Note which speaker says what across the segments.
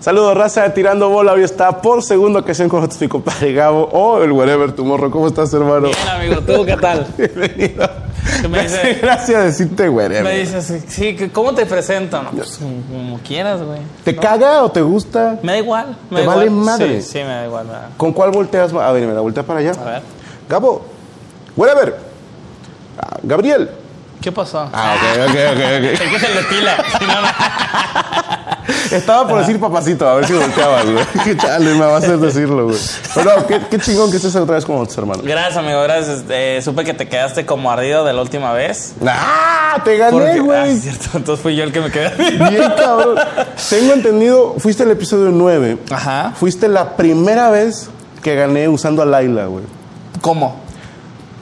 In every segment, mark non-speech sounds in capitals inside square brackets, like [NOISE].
Speaker 1: Saludos, raza de Tirando Bola. Hoy está por segunda ocasión con tu compadre Gabo o el whatever tu morro. ¿Cómo estás, hermano?
Speaker 2: Bien, amigo, ¿tú qué tal?
Speaker 1: [LAUGHS] Bienvenido.
Speaker 2: ¿Qué
Speaker 1: Me
Speaker 2: me
Speaker 1: hace [LAUGHS]
Speaker 2: dices?
Speaker 1: gracia decirte whatever.
Speaker 2: Me dices, sí, que- ¿cómo te presento? No, pues como, como quieras, güey.
Speaker 1: ¿Te caga o te gusta?
Speaker 2: Me da igual. Me
Speaker 1: ¿Te
Speaker 2: da
Speaker 1: vale
Speaker 2: igual.
Speaker 1: madre?
Speaker 2: Sí, sí, me da igual. me da-
Speaker 1: ¿Con cuál volteas? más? A ver, me la voltea para allá.
Speaker 2: A ver,
Speaker 1: Gabo, whatever. Ah, Gabriel.
Speaker 2: ¿qué pasó?
Speaker 1: Ah, ok, ok, ok,
Speaker 2: Es que se le pila. [LAUGHS] si no, no.
Speaker 1: ok. Estaba por decir papacito, a ver si volteabas,
Speaker 2: [LAUGHS]
Speaker 1: güey. Qué chale, me va a hacer decirlo, güey. Pero no, qué, qué chingón que estés otra vez con tus hermanos.
Speaker 2: Gracias, amigo, gracias. Eh, supe que te quedaste como ardido de la última vez.
Speaker 1: ¡Ah! Te gané,
Speaker 2: ah, sí,
Speaker 1: güey.
Speaker 2: es cierto, entonces fui yo el que me quedé.
Speaker 1: Bien, cabrón. Tengo entendido, fuiste el episodio 9.
Speaker 2: Ajá.
Speaker 1: Fuiste la primera vez que gané usando a Laila, güey.
Speaker 2: ¿Cómo?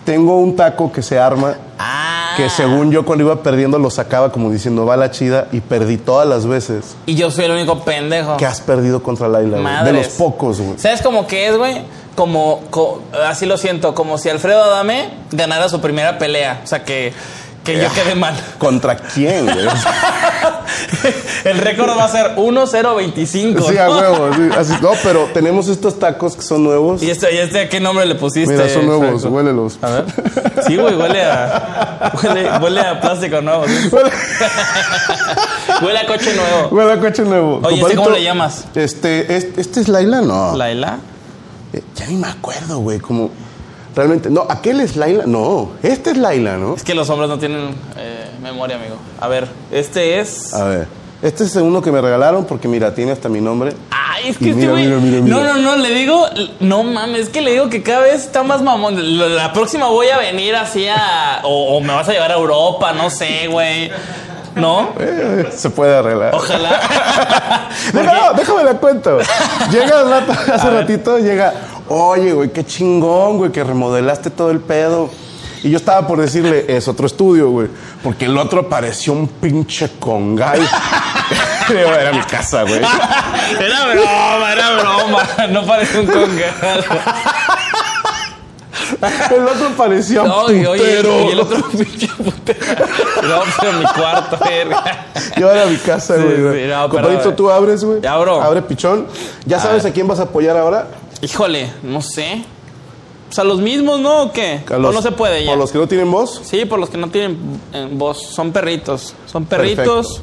Speaker 1: Tengo un taco que se arma,
Speaker 2: Ah.
Speaker 1: que según yo cuando iba perdiendo lo sacaba como diciendo va la chida y perdí todas las veces
Speaker 2: Y yo fui el único pendejo.
Speaker 1: que has perdido contra Laila, güey. De los
Speaker 2: Madres.
Speaker 1: pocos, güey.
Speaker 2: ¿Sabes cómo que es, güey? Como, co- así lo siento, como si Alfredo Adame ganara su primera pelea. O sea, que, que yo quedé mal. [LAUGHS]
Speaker 1: ¿Contra quién, güey?
Speaker 2: El récord va a ser 1-0-25.
Speaker 1: Sí, a huevo. sí. Así, no, pero tenemos estos tacos que son nuevos.
Speaker 2: ¿Y este, y este a qué nombre le pusiste?
Speaker 1: Mira, son nuevos,
Speaker 2: Franco?
Speaker 1: huélelos.
Speaker 2: A ver. Sí, güey, huele a. Huele, huele a plástico nuevo. ¿sí?
Speaker 1: [LAUGHS] Huele-
Speaker 2: Huele a coche nuevo.
Speaker 1: Huele a coche nuevo.
Speaker 2: Oye, ¿este
Speaker 1: Compadrito,
Speaker 2: cómo le llamas?
Speaker 1: Este, este, este es Laila, no.
Speaker 2: ¿Laila?
Speaker 1: Eh, Ya ni me acuerdo, güey, como... Realmente, no, aquel es Laila, no, este es Laila, ¿no?
Speaker 2: Es que los hombres no tienen eh, memoria, amigo. A ver, este es.
Speaker 1: A ver, este es uno que me regalaron porque mira, tiene hasta mi nombre.
Speaker 2: Ay, es
Speaker 1: Y
Speaker 2: que este
Speaker 1: mira,
Speaker 2: güey.
Speaker 1: mira, mira, mira.
Speaker 2: No, no, no, le digo. No mames, es que le digo que cada vez está más mamón. La la próxima voy a venir así a. O, o me vas a llevar a Europa, no sé, güey. ¿No?
Speaker 1: Eh, se puede arreglar. [LAUGHS]
Speaker 2: Ojalá. Porque-
Speaker 1: Déjame, déjame la cuenta.
Speaker 2: [LAUGHS]
Speaker 1: güey. Llega al rato- hace ratito, llega, oye, güey, qué chingón, güey, que remodelaste todo el pedo. Y yo estaba por decirle, es otro estudio, güey, porque el otro pareció un pinche
Speaker 2: [LAUGHS]
Speaker 1: congay. [LAUGHS] Era mi casa, güey.
Speaker 2: Era broma, era broma. No parece un congal.
Speaker 1: El otro parecía
Speaker 2: No,
Speaker 1: un
Speaker 2: y oye,
Speaker 1: putero.
Speaker 2: y el otro [LAUGHS] pinche putero. No, pero mi cuarto, verga.
Speaker 1: Yo era mi casa,
Speaker 2: Sí,
Speaker 1: güey.
Speaker 2: sí, no,
Speaker 1: Compadrito,
Speaker 2: pero-
Speaker 1: tú abres, güey.
Speaker 2: Ya abro.
Speaker 1: Abre pichón. ¿Ya sabes a quién vas a apoyar ahora?
Speaker 2: Híjole, no sé. Pues a los mismos, ¿no? ¿O qué?
Speaker 1: A
Speaker 2: o no se puede ya.
Speaker 1: Por los que no tienen voz.
Speaker 2: Sí, por los que no tienen eh, voz. Son perritos. Son perritos.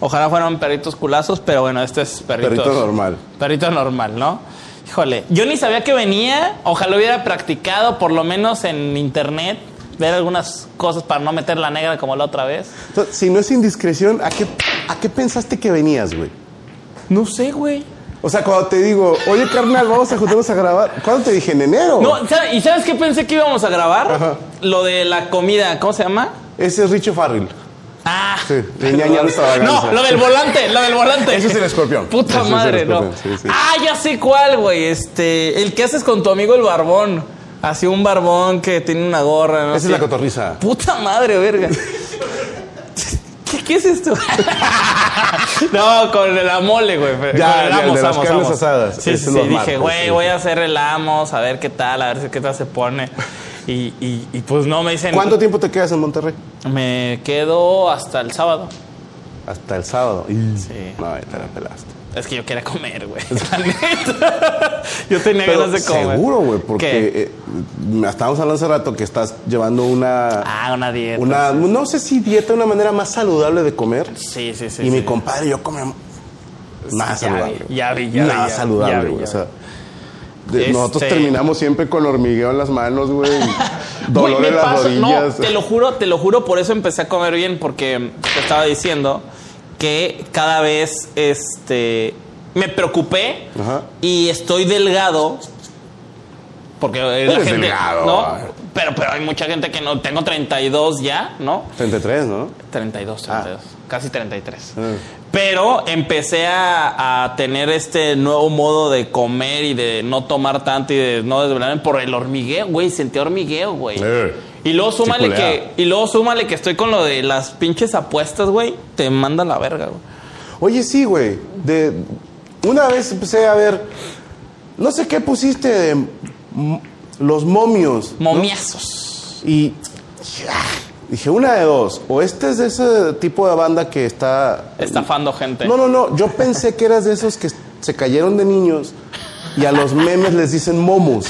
Speaker 2: Ojalá fueran perritos culazos, pero bueno, este es perritos-
Speaker 1: Perrito normal.
Speaker 2: Perrito normal, ¿no? Híjole, yo ni sabía que venía. Ojalá hubiera practicado, por lo menos en internet, ver algunas cosas para no meter la negra como la otra vez.
Speaker 1: Entonces, si no es indiscreción, ¿a qué, ¿a qué pensaste que venías, güey?
Speaker 2: No sé, güey.
Speaker 1: O sea, cuando te digo, oye, carnal, vamos a juntarnos a grabar. ¿Cuándo te dije? ¿En enero?
Speaker 2: No, ¿sabe- ¿y sabes qué pensé que íbamos a grabar?
Speaker 1: Ajá.
Speaker 2: Lo de la comida, ¿cómo se llama?
Speaker 1: Ese es Richo Farrell.
Speaker 2: Ah,
Speaker 1: Sí, de ñaña no estaba ganza.
Speaker 2: no, lo del volante, lo del volante.
Speaker 1: Ese es el escorpión. Ese
Speaker 2: Puta
Speaker 1: es el
Speaker 2: madre, no.
Speaker 1: escorpión, sí, sí.
Speaker 2: Ah, ya sé cuál, güey. Este, el que haces con tu amigo el barbón. Así un barbón que tiene una gorra, ¿no?
Speaker 1: Esa es la
Speaker 2: Así.
Speaker 1: cotorriza.
Speaker 2: Puta madre, verga. ¿Qué, qué es esto? [LAUGHS] no, con el amole, güey. Ya,
Speaker 1: ya, el de las carnes asadas.
Speaker 2: Sí,
Speaker 1: Ese
Speaker 2: sí,
Speaker 1: es
Speaker 2: sí.
Speaker 1: lo
Speaker 2: Dije,
Speaker 1: marco, sí,
Speaker 2: güey,
Speaker 1: sí.
Speaker 2: voy a hacer el amos, a ver qué tal, a ver qué tal se pone. Y, y- y, pues no, me dicen.
Speaker 1: ¿Cuánto tiempo te quedas en Monterrey?
Speaker 2: Me quedo hasta el sábado.
Speaker 1: Hasta el sábado. Sí. No, ahí te la pelaste.
Speaker 2: Es que yo quería comer, güey. [LAUGHS] La neta. yo tenía
Speaker 1: Pero
Speaker 2: ganas de comer.
Speaker 1: seguro, güey, porque
Speaker 2: ¿Qué?
Speaker 1: eh, me- estábamos hablando hace rato que estás llevando una,
Speaker 2: Ah, una dieta.
Speaker 1: una, no sé si dieta, una manera más saludable de comer.
Speaker 2: Sí, sí, sí.
Speaker 1: y
Speaker 2: sí.
Speaker 1: mi compadre, yo comemos más
Speaker 2: ya vi,
Speaker 1: saludable.
Speaker 2: ya vi, ya vi,
Speaker 1: Nada
Speaker 2: ya vi, ya
Speaker 1: saludable,
Speaker 2: vi,
Speaker 1: güey. O
Speaker 2: ya
Speaker 1: sea, de-
Speaker 2: Este-
Speaker 1: nosotros terminamos siempre con hormigueo en las manos,
Speaker 2: [LAUGHS]
Speaker 1: güey. y
Speaker 2: Güey,
Speaker 1: dolor
Speaker 2: me
Speaker 1: en las
Speaker 2: paso- No,
Speaker 1: rodillas.
Speaker 2: te lo juro, te lo juro, por eso empecé a comer bien, porque te estaba diciendo que cada vez este me preocupé
Speaker 1: Ajá.
Speaker 2: y estoy delgado. Porque eh, la
Speaker 1: Eres
Speaker 2: gente.
Speaker 1: delgado.
Speaker 2: ¿no? Pero, pero hay mucha gente que no. Tengo 32 ya, ¿no?
Speaker 1: 33, ¿no?
Speaker 2: 32,
Speaker 1: Ah.
Speaker 2: 32, casi 33.
Speaker 1: Ah.
Speaker 2: Pero empecé a, a tener este nuevo modo de comer y de no tomar tanto y de no desvelarme por el hormigueo, güey. Sentí hormigueo, güey.
Speaker 1: Eh.
Speaker 2: Y luego súmale
Speaker 1: culea.
Speaker 2: que y luego súmale que estoy con lo de las pinches apuestas, güey. Te manda la verga, güey.
Speaker 1: Oye, sí, güey. De, una vez empecé a ver, no sé qué pusiste de m- los momios. ¿no?
Speaker 2: Momiazos.
Speaker 1: Y dije, una de dos. O este es de ese tipo de banda que está...
Speaker 2: Estafando gente.
Speaker 1: No, no, no. Yo pensé que eras de esos que se cayeron de niños y a los memes les dicen momos.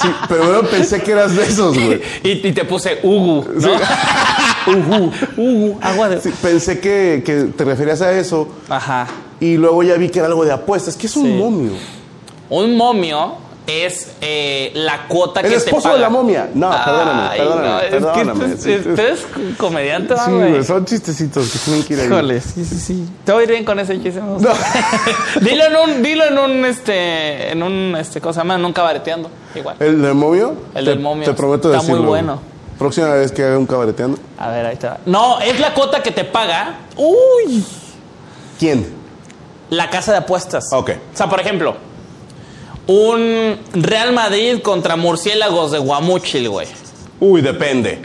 Speaker 1: Sí, pero yo pensé que eras de esos,
Speaker 2: [LAUGHS]
Speaker 1: güey.
Speaker 2: Y, y te puse Ugu, ¿no? [LAUGHS] Ugu, Ugu, agua de.
Speaker 1: Sí, pensé que, que te referías a eso
Speaker 2: Ajá.
Speaker 1: y luego ya vi que era algo de apuestas. que es un
Speaker 2: Sí.
Speaker 1: momio?
Speaker 2: Un momio es eh, la cuota
Speaker 1: El
Speaker 2: que te
Speaker 1: esposo
Speaker 2: paga.
Speaker 1: de la momia. No, perdóname,
Speaker 2: Ay,
Speaker 1: perdóname,
Speaker 2: no, es
Speaker 1: perdóname.
Speaker 2: que tú-
Speaker 1: Sí, sí.
Speaker 2: tú eres comediante,
Speaker 1: Sí,
Speaker 2: güey.
Speaker 1: güey, son chistecitos que tienen que ir ahí.
Speaker 2: Híjole, sí, sí, sí. Te voy a ir bien con ese chiste. me gusta.
Speaker 1: No.
Speaker 2: [LAUGHS] dilo en un, dilo en un, este, en un, este, cosa más, en un cabareteando. Igual.
Speaker 1: ¿El del momio?
Speaker 2: El
Speaker 1: Te-
Speaker 2: del momio.
Speaker 1: Te prometo
Speaker 2: Está muy
Speaker 1: decirlo. güey.
Speaker 2: bueno.
Speaker 1: Próxima vez que haga un cabareteando.
Speaker 2: A ver, ahí te va. No, es la cuota que te paga. Uy.
Speaker 1: ¿Quién?
Speaker 2: La casa de apuestas.
Speaker 1: Ok.
Speaker 2: O sea, por ejemplo, un Real Madrid contra murciélagos de Guamúchil, güey.
Speaker 1: Uy, depende.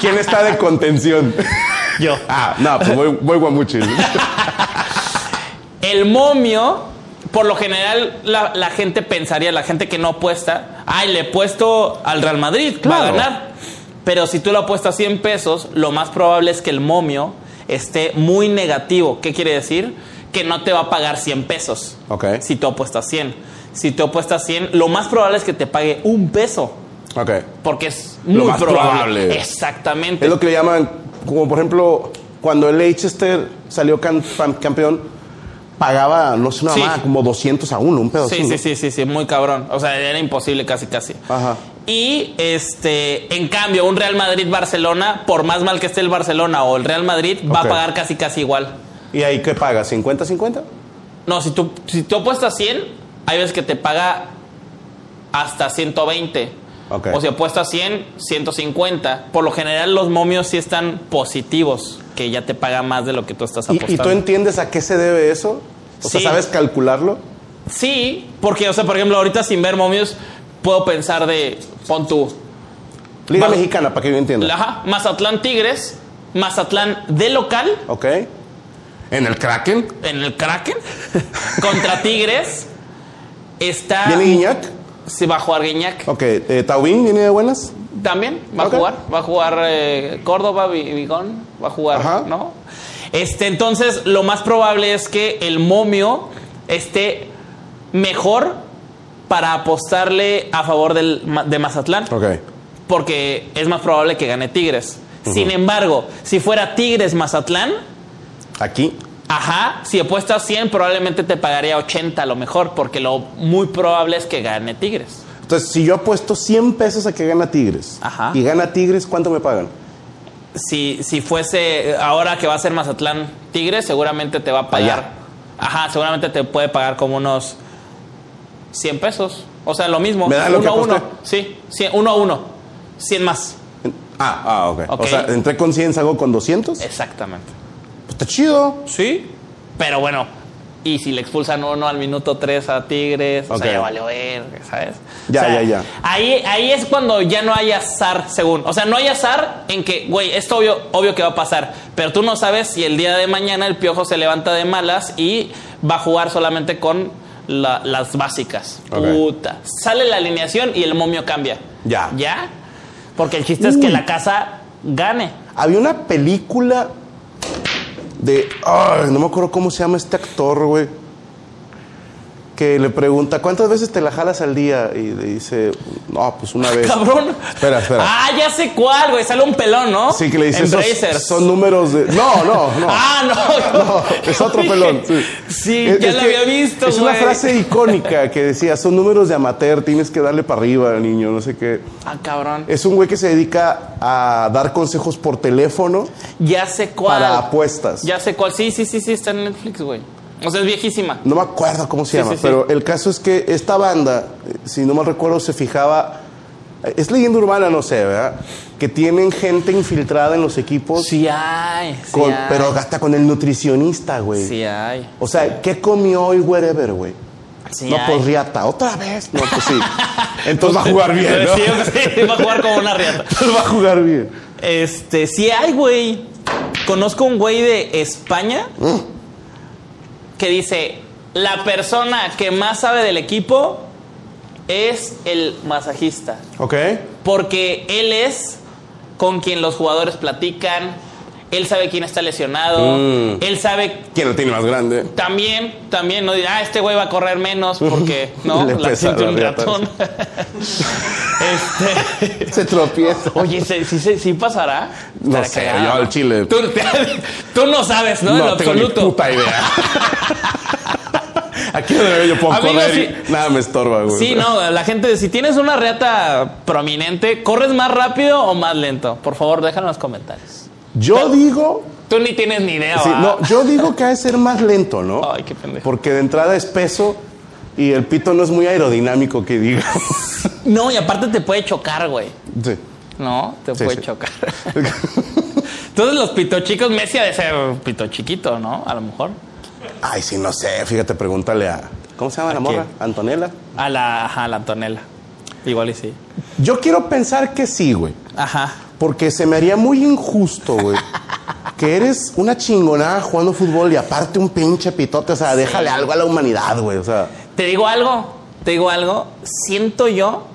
Speaker 1: ¿Quién está de contención?
Speaker 2: Yo.
Speaker 1: Ah, no, pues voy, voy guamuchil.
Speaker 2: El momio, por lo general, la, la gente pensaría, la gente que no apuesta, ay, le he puesto al Real Madrid, va a
Speaker 1: Claro.
Speaker 2: ganar. Pero si tú lo apuestas 100 pesos, lo más probable es que el momio esté muy negativo. ¿Qué quiere decir? Que no te va a pagar 100 pesos.
Speaker 1: Ok.
Speaker 2: Si tú apuestas 100. Si tú apuestas 100, lo más probable es que te pague un peso.
Speaker 1: Ok.
Speaker 2: Porque es muy
Speaker 1: Lo más probable.
Speaker 2: Exactamente.
Speaker 1: Es lo que le llaman, como por ejemplo, cuando el Leicester salió can- pam- campeón, pagaba, no sé, una
Speaker 2: Sí.
Speaker 1: mamada, como 200 a 1, un pedo
Speaker 2: Sí,
Speaker 1: así,
Speaker 2: sí,
Speaker 1: ¿no?
Speaker 2: sí, sí, sí, muy cabrón. O sea, era imposible casi, casi.
Speaker 1: Ajá.
Speaker 2: Y este, en cambio, un Real Madrid-Barcelona, por más mal que esté el Barcelona o el Real Madrid, va a
Speaker 1: Ok.
Speaker 2: pagar casi, casi igual.
Speaker 1: ¿Y ahí qué paga? ¿50-50?
Speaker 2: No, si tú, si tú apuestas 100, hay veces que te paga hasta 120.
Speaker 1: Ok.
Speaker 2: O si apuestas 100, 150. Por lo general, los momios sí están positivos, que ya te paga más de lo que tú estás
Speaker 1: ¿Y-
Speaker 2: apostando.
Speaker 1: ¿Y, tú entiendes a qué se debe eso? O sea,
Speaker 2: Sí.
Speaker 1: ¿sabes calcularlo?
Speaker 2: Sí, porque, o sea, por ejemplo, ahorita sin ver momios, puedo pensar de, pon tú,
Speaker 1: Liga
Speaker 2: Vas-
Speaker 1: Mexicana, para que yo entienda.
Speaker 2: ajá, Mazatlán Tigres, Mazatlán de local,
Speaker 1: ¿Ok? ¿En el Kraken?
Speaker 2: en el Kraken,
Speaker 1: [LAUGHS]
Speaker 2: contra Tigres, está...
Speaker 1: ¿Viene Guiñac?
Speaker 2: Sí, va a jugar Guiñac.
Speaker 1: Ok. eh, ¿Taubín viene de buenas?
Speaker 2: También va
Speaker 1: Ok.
Speaker 2: a jugar, va a jugar eh, Córdoba, Vi- Vigón, va a jugar,
Speaker 1: Ajá.
Speaker 2: ¿no? Este, entonces, lo más probable es que el momio esté mejor para apostarle a favor del, Ma- de Mazatlán.
Speaker 1: Ok.
Speaker 2: porque es más probable que gane Tigres. Sin embargo, si fuera Tigres Mazatlán,
Speaker 1: Aquí.
Speaker 2: ajá, si apuestas 100 probablemente te pagaría 80 a lo mejor, porque lo muy probable es que gane Tigres.
Speaker 1: Entonces, si yo apuesto 100 pesos a que gana Tigres
Speaker 2: Ajá.
Speaker 1: y gana Tigres, ¿cuánto me pagan?
Speaker 2: Si, si fuese ahora que va a ser Mazatlán Tigres, seguramente te va a pagar.
Speaker 1: Allá.
Speaker 2: Ajá, seguramente te puede pagar como unos 100 pesos. O sea, lo mismo.
Speaker 1: Me da lo que
Speaker 2: uno a uno.
Speaker 1: aposté.
Speaker 2: Sí, cien- uno a uno. 100 más.
Speaker 1: Ah, ah, ok.
Speaker 2: Ok. Eh.
Speaker 1: O sea, entré con 100, salgo con 200. Pues
Speaker 2: Exactamente.
Speaker 1: está chido.
Speaker 2: Sí. Pero bueno, y si le expulsan uno al minuto tres a Tigres, o sea,
Speaker 1: Ok.
Speaker 2: ya valió verga, ¿sabes?
Speaker 1: Ya,
Speaker 2: O
Speaker 1: ya,
Speaker 2: sea,
Speaker 1: ya.
Speaker 2: Ahí, ahí es cuando ya no hay azar, según. O sea, no hay azar en que, güey, esto obvio, obvio que va a pasar, pero tú no sabes si el día de mañana el piojo se levanta de malas y va a jugar solamente con la- las básicas.
Speaker 1: Ok.
Speaker 2: Puta. Sale la alineación y el momio cambia.
Speaker 1: Ya.
Speaker 2: ¿Ya? Porque el chiste es que
Speaker 1: Uy.
Speaker 2: la casa gane.
Speaker 1: Había una película de. ay, no me acuerdo cómo se llama este actor, güey. Que le pregunta, ¿cuántas veces te la jalas al día? Y le dice, no, pues una vez.
Speaker 2: [LAUGHS] Cabrón.
Speaker 1: Espera, espera.
Speaker 2: Ah, ya sé cuál, güey. Sale un pelón, ¿no?
Speaker 1: Sí, que le dice,
Speaker 2: En
Speaker 1: esos
Speaker 2: Brazers.
Speaker 1: son números de. No, no, no.
Speaker 2: [LAUGHS] Ah, no.
Speaker 1: [LAUGHS] No,
Speaker 2: [LAUGHS]
Speaker 1: es otro
Speaker 2: Dije,
Speaker 1: pelón. Sí,
Speaker 2: Sí,
Speaker 1: Es-
Speaker 2: ya
Speaker 1: es
Speaker 2: lo
Speaker 1: que
Speaker 2: había visto,
Speaker 1: Es una
Speaker 2: güey.
Speaker 1: frase icónica que decía: son números de amateur, tienes que darle para arriba, niño, no sé qué.
Speaker 2: Ah, cabrón.
Speaker 1: Es un güey que se dedica a dar consejos por teléfono
Speaker 2: Ya sé cuál.
Speaker 1: para apuestas.
Speaker 2: Ya sé cuál. Sí, sí, sí, sí. Está en Netflix, güey. O sea, es viejísima.
Speaker 1: No me acuerdo cómo se
Speaker 2: Sí,
Speaker 1: llama,
Speaker 2: sí, sí.
Speaker 1: pero el caso es que esta banda, eh, si no mal recuerdo, se fijaba. eh, Es leyenda urbana, no sé, ¿verdad? Que tienen gente infiltrada en los equipos,
Speaker 2: Sí hay. Sí
Speaker 1: con-
Speaker 2: hay.
Speaker 1: pero hasta con el nutricionista, güey.
Speaker 2: Sí hay.
Speaker 1: O sea, ¿qué comió hoy, wherever, güey?
Speaker 2: Sí
Speaker 1: no,
Speaker 2: hay.
Speaker 1: pues riata, otra vez. No, pues sí. Entonces va a jugar bien, ¿no?
Speaker 2: [LAUGHS] Sí, sí, [LAUGHS] va a jugar como una riata.
Speaker 1: Entonces va a jugar bien.
Speaker 2: Este, sí hay, güey. Conozco un güey de España
Speaker 1: Mm.
Speaker 2: que dice, la persona que más sabe del equipo es el masajista.
Speaker 1: Ok.
Speaker 2: Porque él es con quien los jugadores platican, Él sabe quién está lesionado.
Speaker 1: Mm.
Speaker 2: Él sabe
Speaker 1: ¿Quién lo tiene más grande?
Speaker 2: también, también, no dirá, ah, este güey va a correr
Speaker 1: [LAUGHS]
Speaker 2: menos porque, ¿no?
Speaker 1: Le
Speaker 2: La
Speaker 1: pesa
Speaker 2: siente
Speaker 1: la
Speaker 2: un
Speaker 1: riata.
Speaker 2: ratón. [LAUGHS] este.
Speaker 1: Se tropieza.
Speaker 2: Oye, ¿sí, sí, sí, sí pasará?
Speaker 1: No
Speaker 2: Estará
Speaker 1: sé,
Speaker 2: cagado,
Speaker 1: yo
Speaker 2: ¿no?
Speaker 1: al chile.
Speaker 2: Tú, [LAUGHS] tú no sabes, ¿no?
Speaker 1: no
Speaker 2: en lo
Speaker 1: tengo
Speaker 2: absoluto.
Speaker 1: ni puta idea. Aquí donde veo yo puedo
Speaker 2: Amigo,
Speaker 1: correr. y Nada me estorba, güey.
Speaker 2: Sí, no, la gente, si tienes una reata prominente, ¿corres más rápido o más lento? Por favor, déjalo en los comentarios.
Speaker 1: Yo digo.
Speaker 2: Tú ni tienes ni idea,
Speaker 1: sí,
Speaker 2: ¿va?
Speaker 1: no, yo digo que ha de ser más lento, ¿no?
Speaker 2: ah. Ay, qué pendejo.
Speaker 1: Porque de entrada es peso y el pito no es muy aerodinámico que diga. [LAUGHS]
Speaker 2: No, y aparte te puede chocar, güey.
Speaker 1: Sí.
Speaker 2: No, te
Speaker 1: Sí,
Speaker 2: puede
Speaker 1: sí.
Speaker 2: chocar. Entonces los pitochicos, Messi ha de ser pito chiquito, ¿no? A lo mejor.
Speaker 1: Ay, sí, no sé. Fíjate, pregúntale a. ¿Cómo se llama la
Speaker 2: quién?
Speaker 1: morra? Antonella.
Speaker 2: A la, ajá, a la Antonella. Igual y sí.
Speaker 1: Yo quiero pensar que sí, güey.
Speaker 2: Ajá.
Speaker 1: Porque se me haría muy injusto,
Speaker 2: [LAUGHS]
Speaker 1: güey. Que eres una chingonada jugando fútbol y aparte un pinche pitote. O sea, déjale algo a la humanidad, güey. O sea,
Speaker 2: Te digo algo, te digo algo. Siento yo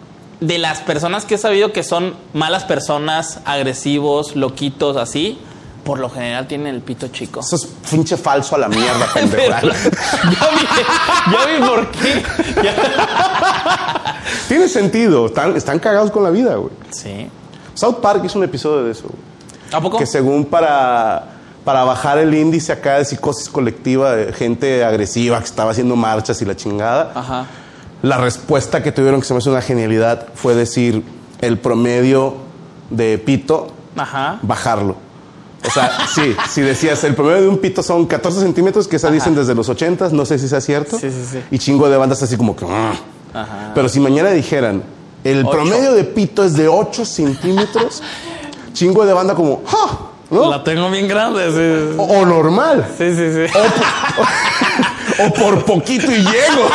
Speaker 2: de las personas que he sabido que son malas personas, agresivos, loquitos, así, por lo general tienen el pito
Speaker 1: [LAUGHS]
Speaker 2: chico.
Speaker 1: eso es pinche falso a la
Speaker 2: [LAUGHS]
Speaker 1: mierda, pendejo.
Speaker 2: Pero- yo vi, yo vi por qué.
Speaker 1: Tiene sentido. Están, están cagados con la vida, güey.
Speaker 2: Sí.
Speaker 1: South Park hizo un episodio de eso. güey.
Speaker 2: ¿A poco?
Speaker 1: Que según para, para bajar el índice acá de psicosis colectiva, de gente agresiva que estaba haciendo marchas y la chingada,
Speaker 2: Ajá.
Speaker 1: la respuesta que tuvieron, que se me hace una genialidad, fue decir el promedio de pito
Speaker 2: Ajá.
Speaker 1: bajarlo. O
Speaker 2: [LAUGHS]
Speaker 1: sea, sí, si decías, el promedio de un pito son 14 centímetros, que se dicen desde los 80, no sé si sea cierto.
Speaker 2: Sí, sí, sí.
Speaker 1: Y chingo de bandas así como que... "Ah".
Speaker 2: Ajá.
Speaker 1: Pero si mañana dijeran, el
Speaker 2: Ocho.
Speaker 1: promedio de pito es de 8
Speaker 2: [LAUGHS]
Speaker 1: centímetros, chingo de banda como... "Ja", ¿no?
Speaker 2: La tengo bien grande,
Speaker 1: o,
Speaker 2: sí.
Speaker 1: o normal.
Speaker 2: Sí, sí, sí.
Speaker 1: Oh. O por poquito y
Speaker 2: [LAUGHS]
Speaker 1: llego.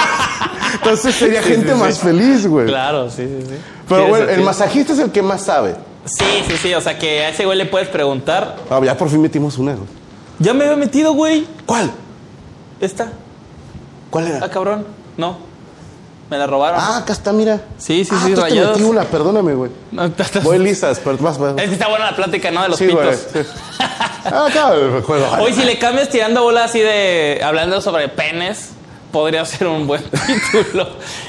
Speaker 1: Entonces sería gente más feliz, güey.
Speaker 2: Claro, sí, sí, sí.
Speaker 1: Pero
Speaker 2: Tiene
Speaker 1: bueno, el
Speaker 2: sentido.
Speaker 1: masajista es el que más sabe.
Speaker 2: Sí, sí, sí. O sea que a ese güey le puedes preguntar.
Speaker 1: Ah, ya por fin metimos una. güey.
Speaker 2: Ya me había metido, güey.
Speaker 1: ¿Cuál?
Speaker 2: Esta.
Speaker 1: ¿Cuál era?
Speaker 2: Ah, cabrón. No. Me la robaron.
Speaker 1: Ah, acá está, mira.
Speaker 2: Sí, sí,
Speaker 1: Ah,
Speaker 2: sí,
Speaker 1: tú te
Speaker 2: rayados.
Speaker 1: metí una, perdóname, güey.
Speaker 2: No, [LAUGHS] t- t-
Speaker 1: Voy lisas, pero vas, vas.
Speaker 2: Es que está buena la plática, ¿no? De los
Speaker 1: Sí, güey.
Speaker 2: pitos.
Speaker 1: sí. Ah, acá el juego.
Speaker 2: Hoy si le cambias tirando bola así de... Hablando sobre penes, podría ser un buen [LAUGHS] título.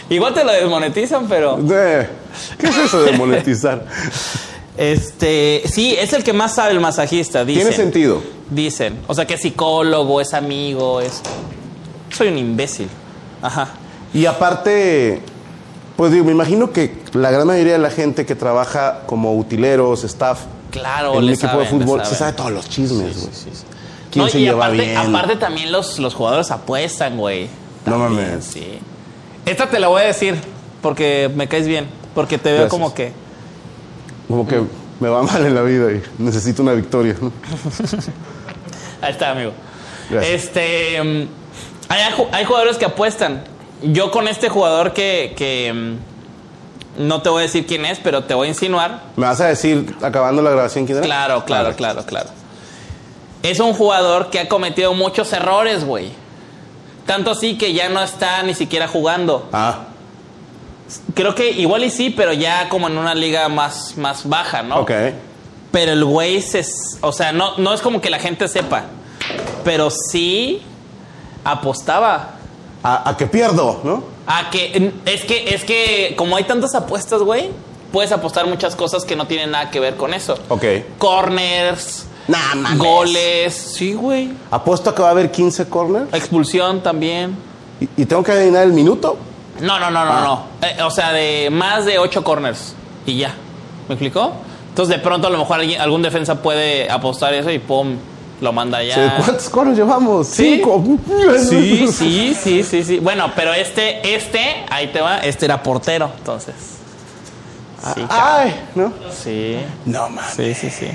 Speaker 2: Igual te lo desmonetizan, pero...
Speaker 1: Eh, ¿Qué es eso de
Speaker 2: [LAUGHS]
Speaker 1: monetizar?
Speaker 2: Este... Sí, es el que más sabe el masajista, dicen.
Speaker 1: Tiene sentido.
Speaker 2: Dicen. O sea, que es psicólogo, es amigo, es... Soy un imbécil. Ajá.
Speaker 1: Y aparte, pues digo, me imagino que la gran mayoría de la gente que trabaja como utileros, staff,
Speaker 2: Claro,
Speaker 1: en un
Speaker 2: le
Speaker 1: equipo de
Speaker 2: saben, le
Speaker 1: fútbol, se
Speaker 2: saben.
Speaker 1: sabe todos los chismes, güey. ¿Quién
Speaker 2: No,
Speaker 1: se
Speaker 2: y
Speaker 1: lleva
Speaker 2: aparte,
Speaker 1: bien?
Speaker 2: aparte también los, los jugadores apuestan, güey.
Speaker 1: No
Speaker 2: También,
Speaker 1: mames.
Speaker 2: Sí. Esta te la voy a decir porque me caes bien. Porque te veo
Speaker 1: Gracias.
Speaker 2: como que...
Speaker 1: Como que me va [LAUGHS] mal en la vida y necesito una victoria, ¿no?
Speaker 2: Ahí está, amigo.
Speaker 1: Gracias.
Speaker 2: Este. mm, Hay, ju- hay jugadores que apuestan. Yo con este jugador que. que, mm, no te voy a decir quién es, pero te voy a insinuar.
Speaker 1: ¿Me vas a decir, acabando la grabación, quién era?
Speaker 2: Claro, claro,
Speaker 1: Ah,
Speaker 2: claro, claro. Es un jugador que ha cometido muchos errores, güey. Tanto así que ya no está ni siquiera jugando.
Speaker 1: Ah,
Speaker 2: Creo que igual y sí, pero ya como en una liga más, más baja, ¿no?
Speaker 1: ok.
Speaker 2: Pero el güey se. s- O sea, no, no es como que la gente sepa. Pero sí apostaba.
Speaker 1: ¿A, a qué pierdo, no?
Speaker 2: A que. Es que, es que como hay tantas apuestas, güey, puedes apostar muchas cosas que no tienen nada que ver con eso.
Speaker 1: Ok.
Speaker 2: Corners,
Speaker 1: Nah, mames.
Speaker 2: goles. Sí, güey.
Speaker 1: Apuesto a que va a haber 15 corners.
Speaker 2: Expulsión también.
Speaker 1: ¿Y, y tengo que adivinar el minuto?
Speaker 2: No, no, no, no,
Speaker 1: Ah.
Speaker 2: no. Eh, o sea, de más de ocho corners. Y ya. ¿Me explicó? Entonces, de pronto, a lo mejor alguien- algún defensa puede apostar eso y pum, lo manda allá.
Speaker 1: Sí, ¿Cuántos coros llevamos?
Speaker 2: Sí.
Speaker 1: Cinco. [LAUGHS]
Speaker 2: Sí, sí, sí, sí, sí. Bueno, pero este, este, ahí te va, este era portero, entonces. Sí, ca-
Speaker 1: Ay, ¿no?
Speaker 2: sí,
Speaker 1: No, mames.
Speaker 2: sí, sí, sí.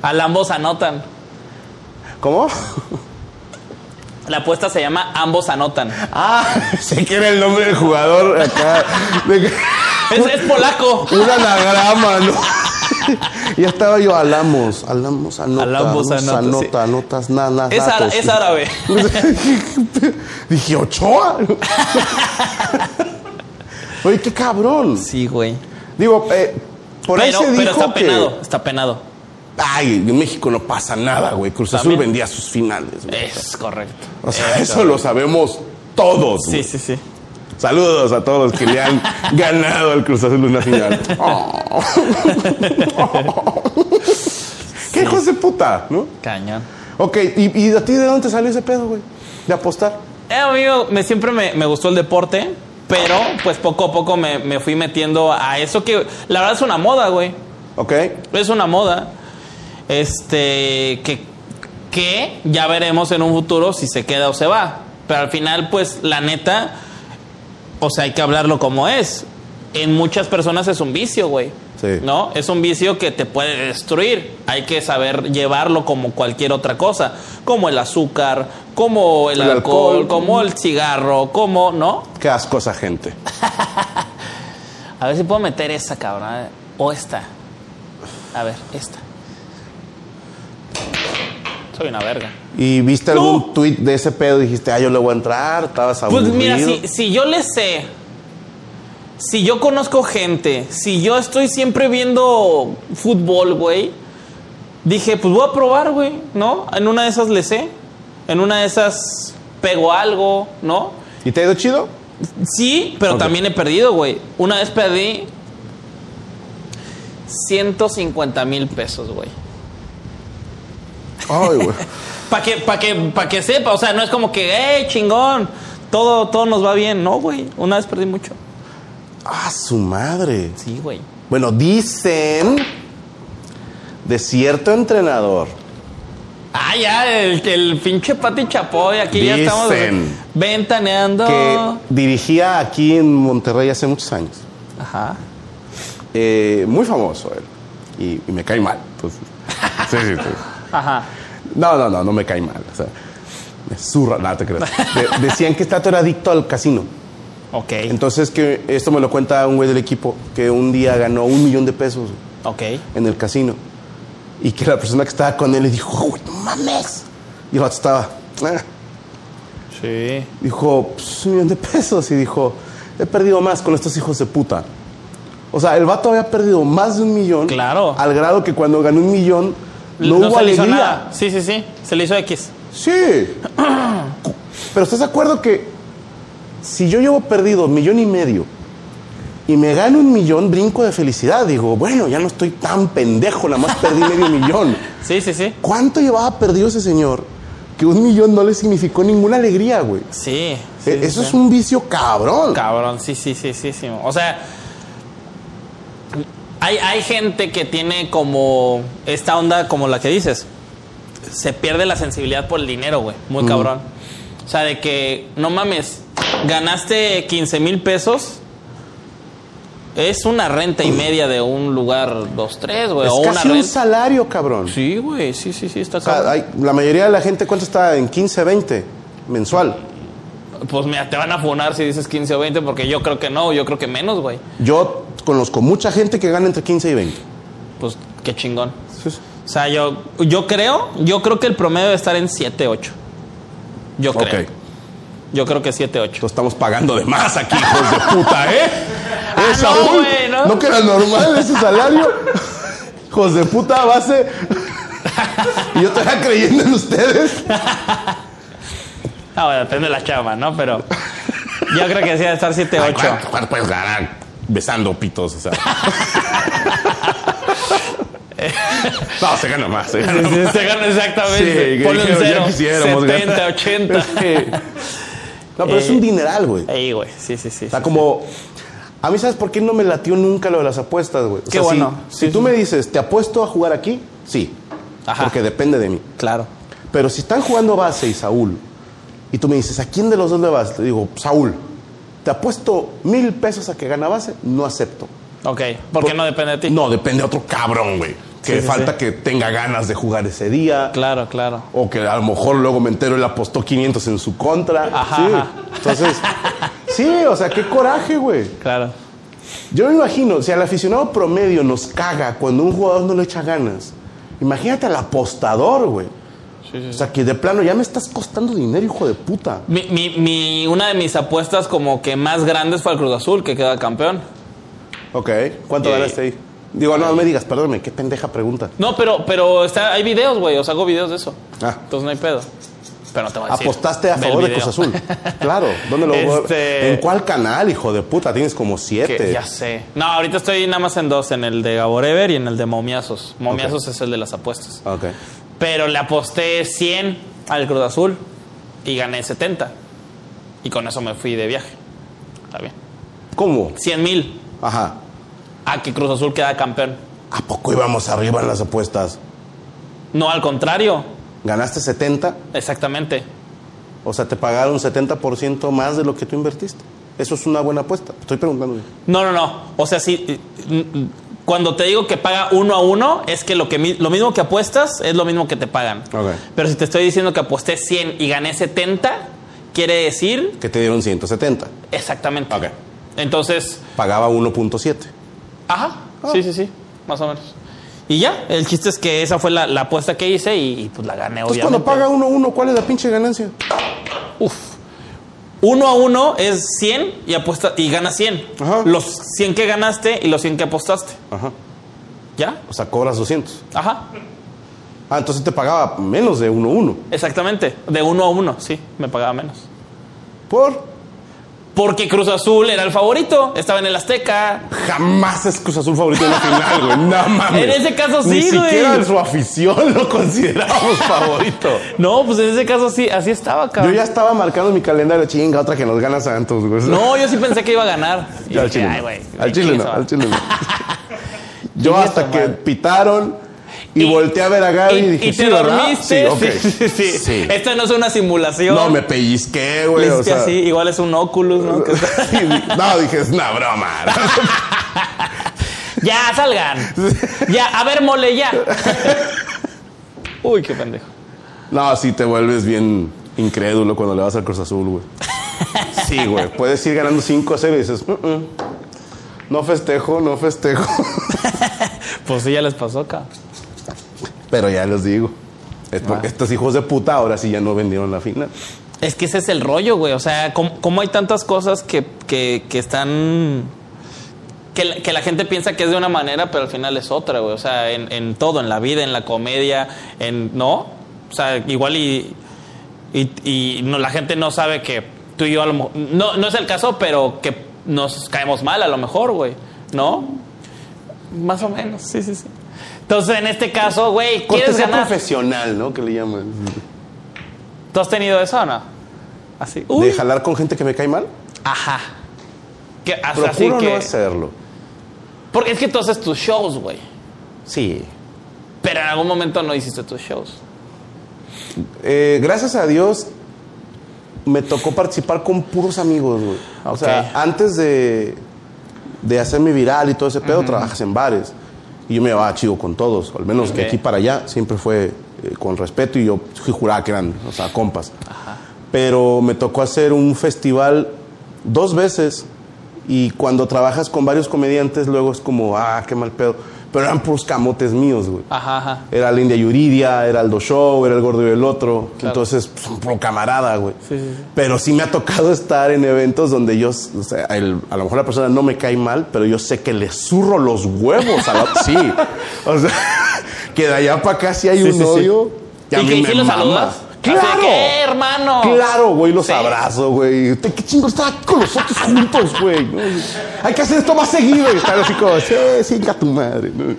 Speaker 2: Al ambos anotan.
Speaker 1: ¿Cómo?
Speaker 2: La apuesta se llama ambos anotan.
Speaker 1: Ah, [LAUGHS] sé que era el nombre del jugador acá. De-
Speaker 2: Es, es
Speaker 1: [LAUGHS]
Speaker 2: polaco.
Speaker 1: un anagrama, ¿no? [LAUGHS] Ya estaba yo, alamos, alamos, anota,
Speaker 2: Alamos, anota, sí.
Speaker 1: anota, anotas, nada,
Speaker 2: Es, ara- es árabe.
Speaker 1: [LAUGHS] Dije, Ochoa. [LAUGHS] Oye, qué cabrón.
Speaker 2: Sí, güey.
Speaker 1: Digo, eh, por ahí
Speaker 2: Pero,
Speaker 1: se
Speaker 2: pero
Speaker 1: dijo
Speaker 2: está
Speaker 1: que...
Speaker 2: penado, está penado.
Speaker 1: Ay, en México no pasa nada, güey. Cruz Azul
Speaker 2: También.
Speaker 1: vendía sus finales. güey.
Speaker 2: Es correcto.
Speaker 1: O sea, [LAUGHS] eso lo sabemos todos.
Speaker 2: Sí,
Speaker 1: güey.
Speaker 2: sí, sí.
Speaker 1: Saludos a todos los que le
Speaker 2: [LAUGHS]
Speaker 1: han ganado al Cruz Azul una final. Oh. Qué hijos de puta, ¿no?
Speaker 2: Cañón.
Speaker 1: Ok, ¿y, y a ti de dónde te salió ese pedo, güey? De apostar.
Speaker 2: Eh, amigo, me, siempre me, me gustó el deporte, pero pues poco a poco me, me fui metiendo a eso que la verdad es una moda, güey.
Speaker 1: Ok.
Speaker 2: Es una moda. Este, que, que ya veremos en un futuro si se queda o se va. Pero al final, pues la neta, o sea, hay que hablarlo como es. En muchas personas es un vicio, güey.
Speaker 1: Sí.
Speaker 2: ¿No? Es un vicio que te puede destruir. Hay que saber llevarlo como cualquier otra cosa. Como el azúcar, como el,
Speaker 1: El
Speaker 2: alcohol,
Speaker 1: alcohol.
Speaker 2: como el cigarro, como, ¿no?
Speaker 1: Qué asco esa gente.
Speaker 2: A ver si puedo meter esa, cabrón. eh. O esta. A ver, esta. Soy una verga.
Speaker 1: ¿Y viste
Speaker 2: No.
Speaker 1: algún tweet de ese pedo? Dijiste, ah, yo le voy a entrar, estabas
Speaker 2: Pues
Speaker 1: aburrido.
Speaker 2: mira, si, si yo le sé, si yo conozco gente, si yo estoy siempre viendo fútbol, güey, dije, pues voy a probar, güey, ¿no? En una de esas le sé, en una de esas pego algo, ¿no?
Speaker 1: ¿Y te ha ido chido?
Speaker 2: Sí, pero
Speaker 1: Ok.
Speaker 2: también he perdido, güey. Una vez perdí 150 mil pesos, güey.
Speaker 1: Ay, güey.
Speaker 2: Para que, pa' que, pa' que sepa, o sea, no es como que, eh, chingón, todo, todo nos va bien. No, güey, una vez perdí mucho.
Speaker 1: ah, su madre.
Speaker 2: Sí, güey.
Speaker 1: Bueno, dicen de cierto entrenador.
Speaker 2: Ah, ya, el, el pinche Pati Chapoy, aquí ya estamos
Speaker 1: Dicen
Speaker 2: ventaneando.
Speaker 1: que dirigía aquí en Monterrey hace muchos años.
Speaker 2: Ajá.
Speaker 1: Eh, muy famoso él. Y, y me cae mal. entonces. [LAUGHS] Sí, sí, sí.
Speaker 2: Ajá.
Speaker 1: No, no, no, no me cae mal. O sea, me zurra, nada te creas. De- decían que este dato era adicto al casino.
Speaker 2: Ok.
Speaker 1: Entonces, que esto me lo cuenta un güey del equipo que un día ganó un millón de pesos
Speaker 2: Ok.
Speaker 1: en el casino. Y que la persona que estaba con él le dijo, "Oh, güey, no mames. Y el vato estaba. "Ah".
Speaker 2: Sí.
Speaker 1: Dijo, "Pues, un millón de pesos. Y dijo, he perdido más con estos hijos de puta. O sea, el vato había perdido más de un millón.
Speaker 2: Claro.
Speaker 1: Al grado que cuando ganó un millón, no, hubo
Speaker 2: se le hizo
Speaker 1: alegría.
Speaker 2: nada. Sí, sí, sí. Se le hizo X.
Speaker 1: Sí. Pero ¿estás de acuerdo que si yo llevo perdido millón y medio y me gano un millón, brinco de felicidad? Digo, bueno, ya no estoy tan pendejo, nada más perdí
Speaker 2: [LAUGHS]
Speaker 1: medio millón.
Speaker 2: Sí, sí, sí.
Speaker 1: ¿Cuánto llevaba perdido ese señor? Que un millón no le significó ninguna alegría, güey.
Speaker 2: Sí. sí,
Speaker 1: Eh,
Speaker 2: sí,
Speaker 1: Eso
Speaker 2: sí.
Speaker 1: es un vicio cabrón.
Speaker 2: Cabrón, sí, sí, sí, sí, sí. O sea, hay, hay gente que tiene como esta onda como la que dices. Se pierde la sensibilidad por el dinero, güey. Muy
Speaker 1: Mm.
Speaker 2: cabrón. O sea, de que, no mames, ganaste 15 mil pesos. Es una renta y media de un lugar, dos, tres, güey.
Speaker 1: es
Speaker 2: O una
Speaker 1: casi un Ah,
Speaker 2: renta.
Speaker 1: salario, cabrón.
Speaker 2: Sí, güey, sí, sí, sí, está
Speaker 1: O sea,
Speaker 2: cabrón.
Speaker 1: hay- la mayoría de la gente, ¿cuánto está? En 15, 20 mensual.
Speaker 2: Pues mira, te van a funar si dices 15 o 20, porque yo creo que no, yo creo que menos, güey.
Speaker 1: Yo conozco mucha gente que gana entre 15 y 20.
Speaker 2: Pues qué chingón. O sea, yo, yo creo, yo creo que el promedio debe estar en 7, 8. Yo
Speaker 1: Ok.
Speaker 2: creo. Yo creo que 7, 8.
Speaker 1: Lo estamos pagando de más
Speaker 2: [LAUGHS]
Speaker 1: aquí, hijos de puta, ¿eh?
Speaker 2: Ah,
Speaker 1: ¿Eh,
Speaker 2: no,
Speaker 1: Saúl?
Speaker 2: güey, ¿no?
Speaker 1: que era normal ese salario? hijos de puta, base. y yo estaba creyendo en ustedes.
Speaker 2: Ah, bueno, depende de la chava, ¿no? Pero yo creo que sí debe estar 7,
Speaker 1: Ay,
Speaker 2: 8.
Speaker 1: ¿cuánto- cuánto puedes ganar besando pitos? O
Speaker 2: [LAUGHS]
Speaker 1: sea. no, se gana más, se gana más.
Speaker 2: Se gana exactamente.
Speaker 1: Sí,
Speaker 2: Ponle un
Speaker 1: que ya
Speaker 2: cero.
Speaker 1: quisiéramos
Speaker 2: 70,
Speaker 1: ganar. [LAUGHS]
Speaker 2: 80.
Speaker 1: No, pero es un dineral, güey.
Speaker 2: Ahí, güey. Sí, sí, sí.
Speaker 1: O sea,
Speaker 2: Eh, sí.
Speaker 1: como. A mí, ¿sabes por qué no me latió nunca lo de las apuestas, güey? O
Speaker 2: Qué
Speaker 1: sea, si-
Speaker 2: bueno.
Speaker 1: Si,
Speaker 2: Sí,
Speaker 1: tú
Speaker 2: sí.
Speaker 1: me dices, ¿te apuesto a jugar aquí? Sí.
Speaker 2: Ajá.
Speaker 1: Porque depende de mí.
Speaker 2: Claro.
Speaker 1: Pero si están jugando base y Saúl, y tú me dices, ¿a quién de los dos le vas? Le digo, Saúl, te apuesto mil pesos a que gana base, no acepto.
Speaker 2: Ok. Porque no depende de ti.
Speaker 1: No, depende de otro cabrón, güey. Que
Speaker 2: Sí, sí,
Speaker 1: falta
Speaker 2: sí.
Speaker 1: que tenga ganas de jugar ese día.
Speaker 2: Claro, claro.
Speaker 1: O que a lo mejor luego me entero, él apostó 500 en su contra.
Speaker 2: Ajá,
Speaker 1: sí.
Speaker 2: ajá. [LAUGHS]
Speaker 1: Entonces, sí, o sea, qué coraje, güey.
Speaker 2: Claro.
Speaker 1: Yo me imagino, si al aficionado promedio nos caga cuando un jugador no le echa ganas, imagínate al apostador, güey. O sea, que de plano ya me estás costando dinero, hijo de puta.
Speaker 2: Mi, mi, mi, una de mis apuestas como que más grandes fue al Cruz Azul, que queda campeón.
Speaker 1: Ok, ¿cuánto
Speaker 2: Eh,
Speaker 1: ganaste ahí? Digo, no, no me digas, perdóname, qué pendeja pregunta.
Speaker 2: No, pero, pero está, hay videos, güey. O sea, hago videos de eso.
Speaker 1: Ah.
Speaker 2: Entonces no hay pedo. Pero no te voy a decir.
Speaker 1: Apostaste a
Speaker 2: Ve el
Speaker 1: favor de
Speaker 2: Ah, video.
Speaker 1: Cruz
Speaker 2: [LAUGHS]
Speaker 1: Azul. Claro. ¿Dónde lo
Speaker 2: Este-
Speaker 1: ¿En cuál canal, hijo de puta? Tienes como
Speaker 2: Que-
Speaker 1: siete.
Speaker 2: ya sé. No, ahorita estoy nada más en dos, en el de Gaborever y en el de Momiazos. Momiazos es el de las apuestas.
Speaker 1: Ok.
Speaker 2: Pero le aposté 100 al Cruz Azul y gané 70. Y con eso me fui de viaje. Está bien.
Speaker 1: ¿Cómo?
Speaker 2: 100 mil
Speaker 1: Ajá.
Speaker 2: a que Cruz Azul queda campeón.
Speaker 1: ¿A poco íbamos arriba en las apuestas?
Speaker 2: No, al contrario.
Speaker 1: ¿Ganaste 70?
Speaker 2: Exactamente.
Speaker 1: O sea, te pagaron 70% más de lo que tú invertiste. Eso es una buena apuesta. Estoy preguntando. güey.
Speaker 2: No, no, no. O sea, sí. mm, mm, Cuando te digo que paga uno a uno, es que lo, que mi- lo mismo que apuestas es lo mismo que te pagan.
Speaker 1: Ok.
Speaker 2: Pero si te estoy diciendo que aposté 100 y gané 70, quiere decir
Speaker 1: Que te dieron 170.
Speaker 2: exactamente.
Speaker 1: Ok.
Speaker 2: Entonces,
Speaker 1: Pagaba 1.7.
Speaker 2: Ajá.
Speaker 1: Ah.
Speaker 2: Sí, sí, sí. Más o menos. Y ya, el chiste es que esa fue la, la apuesta que hice y, y, pues la gané,
Speaker 1: Entonces,
Speaker 2: obviamente.
Speaker 1: cuando paga 1.1, ¿cuál es la pinche ganancia?
Speaker 2: Uf. Uno a uno es 100 y apuesta y gana 100.
Speaker 1: Ajá.
Speaker 2: Los 100 que ganaste y los 100 que apostaste.
Speaker 1: Ajá.
Speaker 2: ¿Ya?
Speaker 1: O sea, cobras 200.
Speaker 2: Ajá.
Speaker 1: Ah, entonces te pagaba menos de 1.1.
Speaker 2: Exactamente. De uno a uno, sí. Me pagaba menos.
Speaker 1: Por
Speaker 2: Porque Cruz Azul era el favorito. Estaba en el Azteca.
Speaker 1: jamás es Cruz Azul favorito en la final, güey.
Speaker 2: [LAUGHS]
Speaker 1: No mames.
Speaker 2: En ese caso
Speaker 1: Ni
Speaker 2: sí, güey.
Speaker 1: siquiera en su afición lo considerábamos
Speaker 2: [LAUGHS]
Speaker 1: favorito.
Speaker 2: No, pues en ese caso sí. Así estaba,
Speaker 1: Yo
Speaker 2: cabrón.
Speaker 1: ya estaba marcando mi calendario. Chinga, otra que nos gana Santos, güey.
Speaker 2: No, yo sí pensé que iba
Speaker 1: [LAUGHS]
Speaker 2: a ganar. Y
Speaker 1: Ya, al
Speaker 2: dije,
Speaker 1: chile.
Speaker 2: "Ay,
Speaker 1: no.
Speaker 2: güey,
Speaker 1: al chile no,
Speaker 2: chingue su
Speaker 1: al
Speaker 2: madre".
Speaker 1: chile no. Yo [LAUGHS]
Speaker 2: Chingue
Speaker 1: hasta
Speaker 2: su
Speaker 1: que
Speaker 2: madre.
Speaker 1: pitaron y, volteé a ver a Gaby y, dije,
Speaker 2: y te
Speaker 1: "Sí, ¿verdad?".
Speaker 2: dormiste.
Speaker 1: Sí, ok.
Speaker 2: [LAUGHS] Sí, sí, sí.
Speaker 1: Sí.
Speaker 2: Esto no es una simulación.
Speaker 1: No, me pellizqué,
Speaker 2: Le
Speaker 1: güey. O
Speaker 2: hiciste
Speaker 1: sea,
Speaker 2: así, igual es un Oculus, ¿no? Que está-
Speaker 1: [LAUGHS] Sí, no, dije, es una broma. [LAUGHS]
Speaker 2: ya, salgan. Ya, a ver,
Speaker 1: [LAUGHS]
Speaker 2: mole, ya. Uy, qué pendejo.
Speaker 1: No, sí te vuelves bien incrédulo cuando le vas al Cruz Azul, güey. Sí, güey. Puedes ir ganando 5 a 0 y dices, "Mm, mm. no festejo, no festejo. [LAUGHS]
Speaker 2: Pues sí, ya les pasó acá.
Speaker 1: Pero ya les digo, es
Speaker 2: Ah.
Speaker 1: porque estos hijos de puta ahora sí ya no vendieron la final.
Speaker 2: Es que ese es el rollo, güey. O sea, ¿cómo, cómo hay tantas cosas que, que- que están. Que la, que la gente piensa que es de una manera, pero al final es otra, güey. O sea, en, en todo, en la vida, en la comedia, en. ¿No? O sea, igual y. Y, y no, la gente no sabe que tú y yo a lo mejor. No, no es el caso, pero que nos caemos mal a lo mejor, güey. ¿No? Más o menos, sí, sí, sí. Entonces, en este caso, güey, ¿quieres
Speaker 1: Cortesía
Speaker 2: ganar?
Speaker 1: profesional, ¿no? Que le llaman.
Speaker 2: ¿Tú has tenido eso o no? Así. Uy.
Speaker 1: De jalar con gente que me cae mal.
Speaker 2: Ajá. Que, hasta así
Speaker 1: Procuro
Speaker 2: que.
Speaker 1: no hacerlo.
Speaker 2: Porque es que tú haces tus shows, güey.
Speaker 1: Sí.
Speaker 2: Pero en algún momento no hiciste tus shows.
Speaker 1: Eh, gracias a Dios me tocó participar con puros amigos, güey. O
Speaker 2: Ok.
Speaker 1: sea, antes de, de hacerme viral y todo ese pedo, trabajas en bares. Y yo me llevaba chido con todos, al menos que
Speaker 2: Ok.
Speaker 1: aquí para allá siempre fue eh, con respeto y yo sí juraba que eran, o sea, compas. Pero me tocó hacer un festival dos veces y cuando trabajas con varios comediantes luego es como, ah, qué mal pedo. Pero eran puros camotes míos, güey
Speaker 2: Ajá, ajá.
Speaker 1: era la India Yuridia, era Aldo Show, era el gordo y el otro.
Speaker 2: Claro.
Speaker 1: Entonces, pues, un pro camarada, güey.
Speaker 2: Sí, sí, sí.
Speaker 1: Pero sí me ha tocado estar en eventos donde yo, o sea, el- a lo mejor la persona no me cae mal, pero yo sé que le zurro los huevos a
Speaker 2: [LAUGHS]
Speaker 1: la. sí. O sea, [LAUGHS] que de allá para acá sí hay
Speaker 2: Sí,
Speaker 1: un
Speaker 2: sí, sí.
Speaker 1: odio. a
Speaker 2: ¿Y
Speaker 1: mí
Speaker 2: que
Speaker 1: me
Speaker 2: sí los
Speaker 1: mama.
Speaker 2: saludas?
Speaker 1: ¡Claro!
Speaker 2: Así de que, "Eh, hermano.
Speaker 1: Claro, güey, los
Speaker 2: Sí.
Speaker 1: abrazo, güey. Te- ¿Qué chingo estar aquí con nosotros juntos, güey? ¿no? Hay que hacer esto más seguido. Y estar así como, sí, sí, a tu madre. ¿no?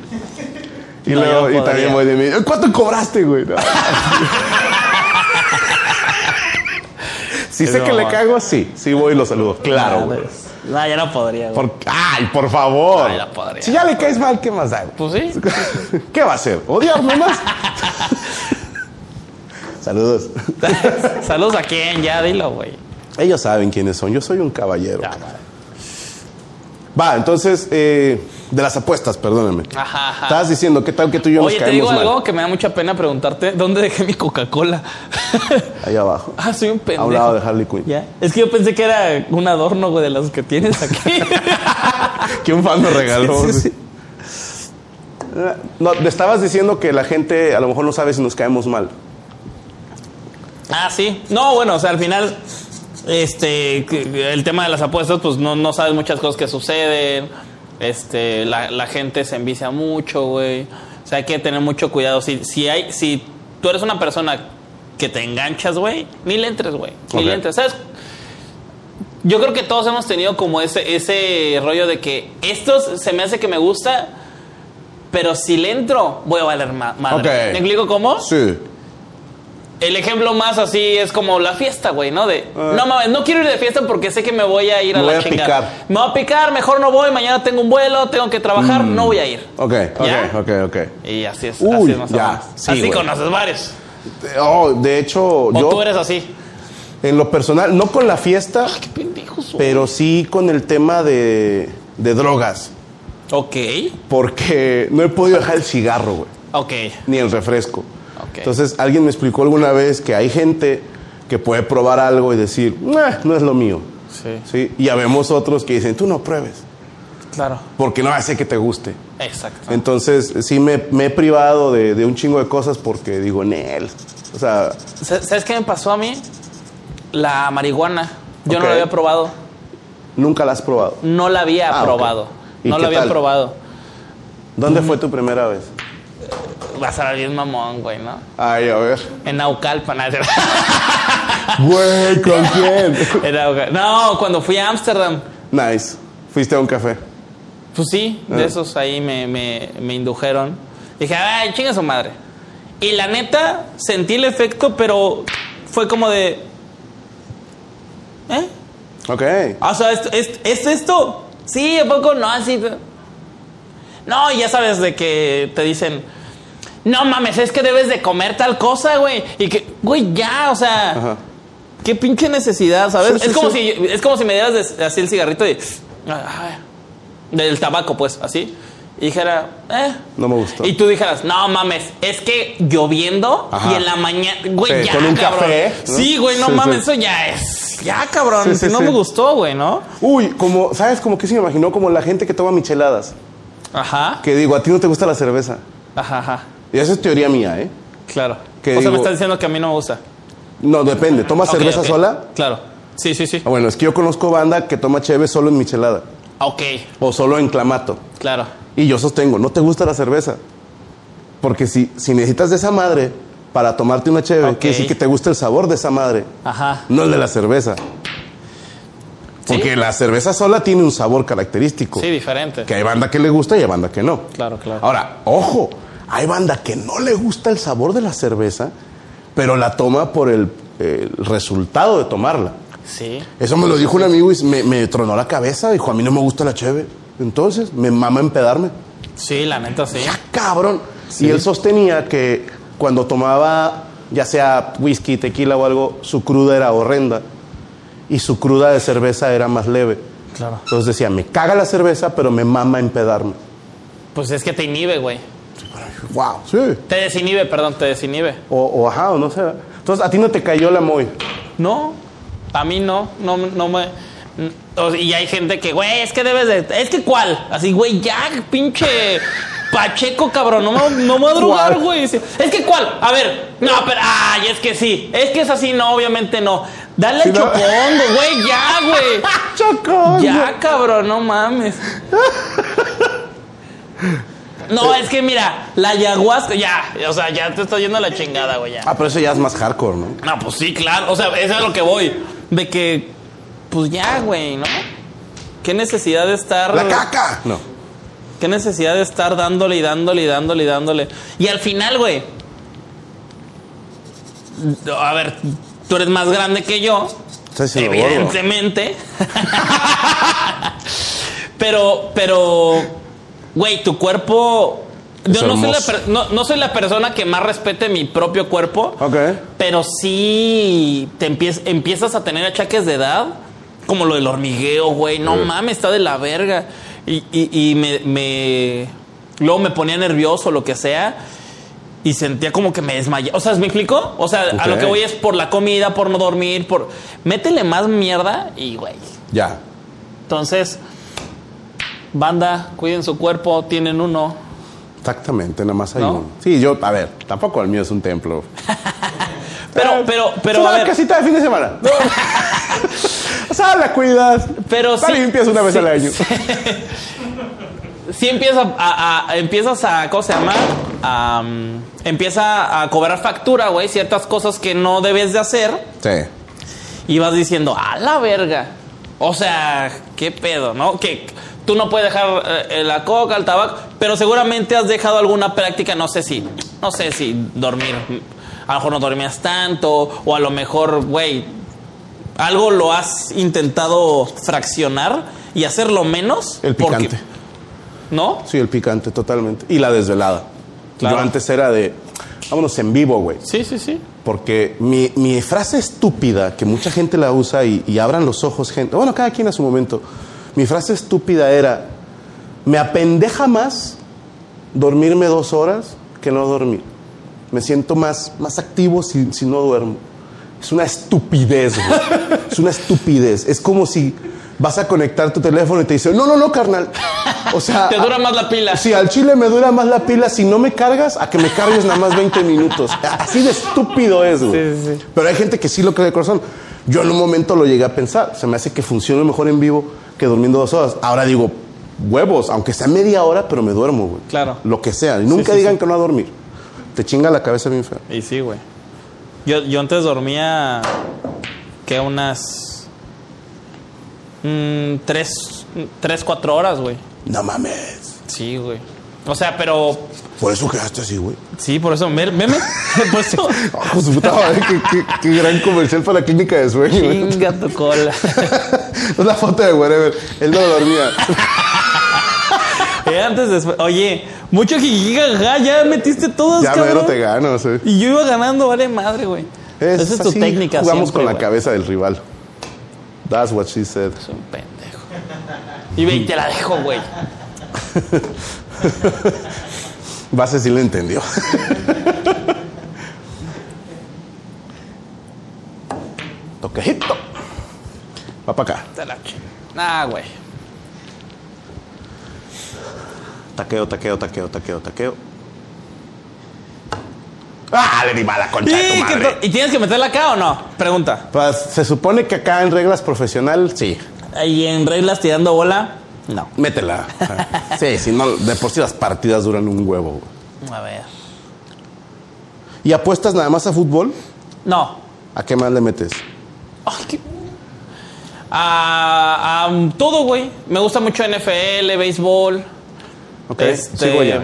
Speaker 1: Y
Speaker 2: No,
Speaker 1: luego,
Speaker 2: yo
Speaker 1: y también
Speaker 2: podría.
Speaker 1: voy de mí. ¿Cuánto cobraste, güey? No. si sé
Speaker 2: No.
Speaker 1: que le cago, sí. Sí voy y lo saludo. Claro, güey.
Speaker 2: No, Ah, pues, ya no podría, güey.
Speaker 1: Por- Ay, por favor.
Speaker 2: Ay, la podría.
Speaker 1: si ya le caes mal, ¿qué más da? güey?
Speaker 2: Pues
Speaker 1: [LAUGHS]
Speaker 2: sí.
Speaker 1: ¿Qué va a hacer? ¿Odiarme
Speaker 2: [LAUGHS]
Speaker 1: más? Saludos.
Speaker 2: Saludos a quién, ya dilo, güey.
Speaker 1: Ellos saben quiénes son. Yo soy un caballero.
Speaker 2: Ya, madre.
Speaker 1: Va, entonces, eh, de las apuestas, perdóname.
Speaker 2: Ajá, ajá.
Speaker 1: Estabas diciendo, ¿qué tal que tú y yo
Speaker 2: Ah.
Speaker 1: nos
Speaker 2: Oye, te
Speaker 1: caemos
Speaker 2: digo
Speaker 1: mal?
Speaker 2: algo que me da mucha pena preguntarte. ¿Dónde dejé mi Coca-Cola? [LAUGHS]
Speaker 1: Ahí abajo.
Speaker 2: ah, soy un pendejo.
Speaker 1: Hablaba de Harley Quinn.
Speaker 2: Ya. Es que yo pensé que era un adorno, güey, de los que tienes aquí. [LAUGHS]
Speaker 1: Que un fan nos regaló.
Speaker 2: Sí, sí, sí.
Speaker 1: No, te estabas diciendo que la gente a lo mejor no sabe si nos caemos mal.
Speaker 2: Ah, sí. No, bueno, o sea, al final, este, que- el tema de las apuestas, pues no, no sabes muchas cosas que suceden. Este, la, la gente se envicia mucho, güey. O sea, hay que tener mucho cuidado. Si, si, hay, si tú eres una persona que te enganchas, güey, ni le entres, güey. Ni
Speaker 1: Ok.
Speaker 2: le entres. ¿Sabes? Yo creo que todos hemos tenido como ese, ese rollo de que esto se me hace que me gusta, pero si le entro, voy a valer ma- madre.
Speaker 1: Ok.
Speaker 2: ¿Me explico cómo?
Speaker 1: Sí.
Speaker 2: El ejemplo más así es como la fiesta, güey, ¿no? De, no mames, no quiero ir de fiesta porque sé que me voy a ir a
Speaker 1: Ah. Me
Speaker 2: la
Speaker 1: voy a
Speaker 2: chingada.
Speaker 1: picar.
Speaker 2: Me voy a picar, mejor no voy, mañana tengo un vuelo, tengo que trabajar, no voy a ir.
Speaker 1: Ok,
Speaker 2: ¿Ya?
Speaker 1: ok, ok, ok.
Speaker 2: Y así es,
Speaker 1: Mm. Uy,
Speaker 2: así es más o
Speaker 1: ya,
Speaker 2: menos.
Speaker 1: sí,
Speaker 2: así
Speaker 1: güey.
Speaker 2: conoces varios.
Speaker 1: Oh, de hecho,
Speaker 2: O
Speaker 1: yo
Speaker 2: tú eres así.
Speaker 1: en lo personal, no con la fiesta,
Speaker 2: Qué pendejos, güey.
Speaker 1: pero sí con el tema de, de drogas.
Speaker 2: Ok,
Speaker 1: Porque no he podido dejar el cigarro, güey,
Speaker 2: ok.
Speaker 1: ni el refresco.
Speaker 2: Ok.
Speaker 1: Entonces, alguien me explicó alguna vez que hay gente que puede probar algo y decir, "Nah, no es lo mío.
Speaker 2: Sí,
Speaker 1: ¿sí? Y habemos otros que dicen, tú no pruebes,
Speaker 2: claro.
Speaker 1: porque no hace que te guste.
Speaker 2: Exacto.
Speaker 1: Entonces, sí me, me he privado de, de un chingo de cosas porque digo, Nel. O sea,
Speaker 2: Sa- ¿Sabes qué me pasó a mí? La marihuana. Yo no
Speaker 1: Ok.
Speaker 2: la había probado.
Speaker 1: nunca la has probado.
Speaker 2: No la había
Speaker 1: Ah, ok.
Speaker 2: probado.
Speaker 1: ¿Y
Speaker 2: No
Speaker 1: qué
Speaker 2: la había
Speaker 1: tal?
Speaker 2: probado.
Speaker 1: ¿Dónde fue tu primera vez?
Speaker 2: Vas a ver bien mamón, güey, ¿no?
Speaker 1: Ay, a ver.
Speaker 2: En Naucalpan. ah, [LAUGHS] nada, es cierto.
Speaker 1: Güey, ¿con quién?
Speaker 2: En Naucal- No, cuando fui a Ámsterdam.
Speaker 1: [LAUGHS] nice. Fuiste a un café.
Speaker 2: Pues sí, de
Speaker 1: Ah.
Speaker 2: esos ahí me, me- me indujeron. Dije, ay, chinga su madre. Y la neta, sentí el efecto, pero fue como de. ¿Eh?
Speaker 1: Ok.
Speaker 2: O sea, ¿es, es, es esto? Sí, ¿a poco? No, así. pero- No, ya sabes de que te dicen. No mames, es que debes de comer tal cosa, güey. Y que, güey, ya, o sea.
Speaker 1: Ajá.
Speaker 2: Qué pinche necesidad, ¿sabes?
Speaker 1: Sí, sí,
Speaker 2: es, como
Speaker 1: sí.
Speaker 2: Si, es como si me dieras de- así el cigarrito de, ay, del tabaco, pues, así. Y dijera, eh.
Speaker 1: No me gustó.
Speaker 2: Y tú dijeras, no mames, es que lloviendo
Speaker 1: Ajá.
Speaker 2: y en la mañana, güey,
Speaker 1: Sí,
Speaker 2: ya,
Speaker 1: con un
Speaker 2: cabrón.
Speaker 1: café, ¿no?
Speaker 2: Sí, güey, no
Speaker 1: Sí,
Speaker 2: mames,
Speaker 1: sí.
Speaker 2: eso ya es. Ya, cabrón,
Speaker 1: Sí, sí,
Speaker 2: no
Speaker 1: sí.
Speaker 2: me gustó, güey, ¿no?
Speaker 1: Uy, como, ¿sabes? Como que se me imaginó como la gente que toma micheladas.
Speaker 2: Ajá,
Speaker 1: Que digo, a ti no te gusta la cerveza.
Speaker 2: ajá, ajá,
Speaker 1: Y esa es teoría mía, ¿eh?
Speaker 2: claro. O
Speaker 1: ¿Qué
Speaker 2: sea,
Speaker 1: digo?
Speaker 2: me estás diciendo que a mí no me gusta.
Speaker 1: No, depende. ¿Tomas
Speaker 2: Ok,
Speaker 1: cerveza
Speaker 2: ok.
Speaker 1: sola?
Speaker 2: Claro. Sí, sí, sí.
Speaker 1: Ah, Bueno, es que yo conozco banda que toma cheve solo en michelada.
Speaker 2: Ok,
Speaker 1: O solo en clamato.
Speaker 2: claro.
Speaker 1: Y yo sostengo, no te gusta la cerveza. Porque si, si necesitas de esa madre para tomarte una cheve,
Speaker 2: Ok.
Speaker 1: quiere decir que te gusta el sabor de esa madre.
Speaker 2: Ajá.
Speaker 1: No el de la cerveza. Porque la cerveza sola tiene un sabor característico.
Speaker 2: Sí, diferente.
Speaker 1: Que hay banda que le gusta y hay banda que no.
Speaker 2: Claro, claro.
Speaker 1: Ahora, ojo, hay banda que no le gusta el sabor de la cerveza, pero la toma por el, el resultado de tomarla.
Speaker 2: Sí.
Speaker 1: Eso me lo dijo un amigo y me, me tronó la cabeza. Dijo, a mí no me gusta la cheve. Entonces, me mama empedarme.
Speaker 2: Sí, la neta, sí.
Speaker 1: ¡Ah, cabrón! Y él sostenía que cuando tomaba, ya sea whisky, tequila o algo, su cruda era horrenda. Y su cruda de cerveza era más leve.
Speaker 2: Claro.
Speaker 1: Entonces decía, me caga la cerveza, pero me mama empedarme.
Speaker 2: Pues es que te inhibe, güey.
Speaker 1: ¡Wow! Sí.
Speaker 2: Te desinhibe, perdón, te desinhibe.
Speaker 1: O, o ajá, o no sé. Entonces, a ti no te cayó la [LAUGHS] moy.
Speaker 2: No, a mí no, no, no me... n- o sea, Y hay gente que, güey, es que debes de... Es que cuál. Así, güey, ya, pinche Pacheco, cabrón. No, me- no me voy a drogar,
Speaker 1: ¿Cuál?
Speaker 2: güey. Dice, Es que cuál. A ver, no, pero... Ay, es que sí. Es que es así, no, obviamente no. Dale
Speaker 1: Sí, no.
Speaker 2: chocongo, güey, ya,
Speaker 1: [LAUGHS]
Speaker 2: güey.
Speaker 1: ¡Ah, ¡Chocón!
Speaker 2: Ya, cabrón, no mames. No, es que mira, la ayahuasca, ya, o sea, ya te está yendo a la chingada, güey, ya.
Speaker 1: Ah, pero eso ya es más hardcore, ¿no?
Speaker 2: No, pues sí, claro. O sea, eso es a lo que voy. De que, pues ya, güey, ¿no? ¿Qué necesidad de estar.
Speaker 1: ¡La caca! No.
Speaker 2: ¿Qué necesidad de estar dándole y dándole y dándole y dándole? Y al final, güey. A ver, tú eres más grande que yo.
Speaker 1: Sí, sí, lo borro.
Speaker 2: evidentemente. [LAUGHS] pero, pero. Güey, tu cuerpo.
Speaker 1: Es
Speaker 2: Yo no soy, la
Speaker 1: hermoso.
Speaker 2: per- no- no soy la persona que más respete mi propio cuerpo.
Speaker 1: Ok.
Speaker 2: Pero sí te empie- empiezas a tener achaques de edad, como lo del hormigueo, güey. No mames, está de la verga. Y, y- y me, me- Luego me ponía nervioso, lo que sea. Y sentía como que me desmayé. O sea, ¿me explico? O sea, a lo
Speaker 1: Ok.
Speaker 2: que voy es por la comida, por no dormir, por. Métele más mierda y, güey.
Speaker 1: Ya.
Speaker 2: Entonces, banda, cuiden su cuerpo, tienen uno.
Speaker 1: Exactamente, nada más hay
Speaker 2: ¿No?
Speaker 1: uno. Sí, yo, a ver, tampoco el mío es un templo.
Speaker 2: Pero,
Speaker 1: Eh,
Speaker 2: [LAUGHS] pero, pero,
Speaker 1: es
Speaker 2: a
Speaker 1: una
Speaker 2: ver.
Speaker 1: casita de fin de
Speaker 2: [LAUGHS]
Speaker 1: semana. No. o sea, la cuidas.
Speaker 2: Pero
Speaker 1: la
Speaker 2: sí.
Speaker 1: limpias una vez
Speaker 2: sí,
Speaker 1: al año.
Speaker 2: sí. sí empieza a, a- empiezas a, ¿cómo se llama? A, mm, empieza a cobrar factura, güey, ciertas cosas que no debes de hacer
Speaker 1: [LAUGHS] Sí.
Speaker 2: y vas diciendo, a la verga. O sea, qué pedo, ¿no? Que tú no puedes dejar eh, eh, la coca, el tabaco, pero seguramente has dejado alguna práctica, no sé si, no sé si dormir. A lo mejor no dormías tanto, o a lo mejor, güey, algo lo has intentado fraccionar y hacerlo menos.
Speaker 1: El
Speaker 2: porque-
Speaker 1: picante.
Speaker 2: ¿No?
Speaker 1: Sí, el picante, totalmente. Y la desvelada.
Speaker 2: Claro.
Speaker 1: Yo antes era de, vámonos en vivo, güey.
Speaker 2: Sí, sí, sí.
Speaker 1: Porque mi, mi frase estúpida, que mucha gente la usa y, y abran los ojos, gente. Bueno, cada quien a su momento. Mi frase estúpida era, me apendeja más dormirme dos horas que no dormir. Me siento más, más activo si, si no duermo. Es una estupidez, güey. Es una estupidez. Es como si vas a conectar tu teléfono y te dice, no, no, no, carnal. O sea,
Speaker 2: Te dura más la pila.
Speaker 1: si al chile me dura más la pila si no me cargas a que me cargues nada más 20 minutos. Así de estúpido es, güey.
Speaker 2: Sí, sí, sí.
Speaker 1: Pero hay gente que sí lo cree de corazón. Yo en un momento lo llegué a pensar. Se me hace que funcione mejor en vivo que durmiendo dos horas. Ahora digo, huevos, aunque sea media hora, pero me duermo, güey.
Speaker 2: Claro.
Speaker 1: Lo que sea. Y nunca digan que no a dormir. Te chinga la cabeza bien feo.
Speaker 2: Y sí, güey. Yo, yo antes dormía que unas mm, tres, tres, cuatro horas, güey.
Speaker 1: No mames.
Speaker 2: Sí, güey. O sea, pero
Speaker 1: Por eso quedaste así, güey.
Speaker 2: sí, por eso, me- meme, [LAUGHS] por eso.
Speaker 1: Ah, pues, puta madre, qué, qué- qué gran comercial para la clínica de sueño. güey.
Speaker 2: Chinga tu cola.
Speaker 1: [LAUGHS] es la foto de Wherever. Él no dormía.
Speaker 2: [LAUGHS] Eh, antes, después, oye, mucho jijijaja, ya metiste todos,
Speaker 1: ya
Speaker 2: cabrón.
Speaker 1: mero te gano, sí.
Speaker 2: Y yo iba ganando, vale madre, güey.
Speaker 1: Es
Speaker 2: Esa es tu
Speaker 1: así,
Speaker 2: técnica,
Speaker 1: Jugamos
Speaker 2: siempre,
Speaker 1: con la
Speaker 2: güey.
Speaker 1: cabeza del rival. That's what she said.
Speaker 2: Es un pendejo. Y ve y te la dejo, güey.
Speaker 1: Base sí le entendió. Toquejito. Va para acá.
Speaker 2: Te la chingo. Ah, güey.
Speaker 1: Taqueo, taqueo, taqueo, taqueo, taqueo. ¡Ah! Le di mala
Speaker 2: ¿Y,
Speaker 1: concha de tu
Speaker 2: que
Speaker 1: madre.
Speaker 2: to- ¿Y tienes que meterla acá o no? Pregunta.
Speaker 1: Pues, se supone que acá en reglas profesional, sí.
Speaker 2: ¿Y en reglas tirando bola? No. [LAUGHS]
Speaker 1: Métela. Sí, si no, de por sí las partidas duran un huevo. güey.
Speaker 2: A ver.
Speaker 1: ¿Y apuestas nada más a fútbol?
Speaker 2: No.
Speaker 1: ¿A qué más le metes?
Speaker 2: Ay, qué- A, a, um, todo, güey. Me gusta mucho NFL, béisbol.
Speaker 1: Ok,
Speaker 2: este,
Speaker 1: ¿Eh? sigo ya.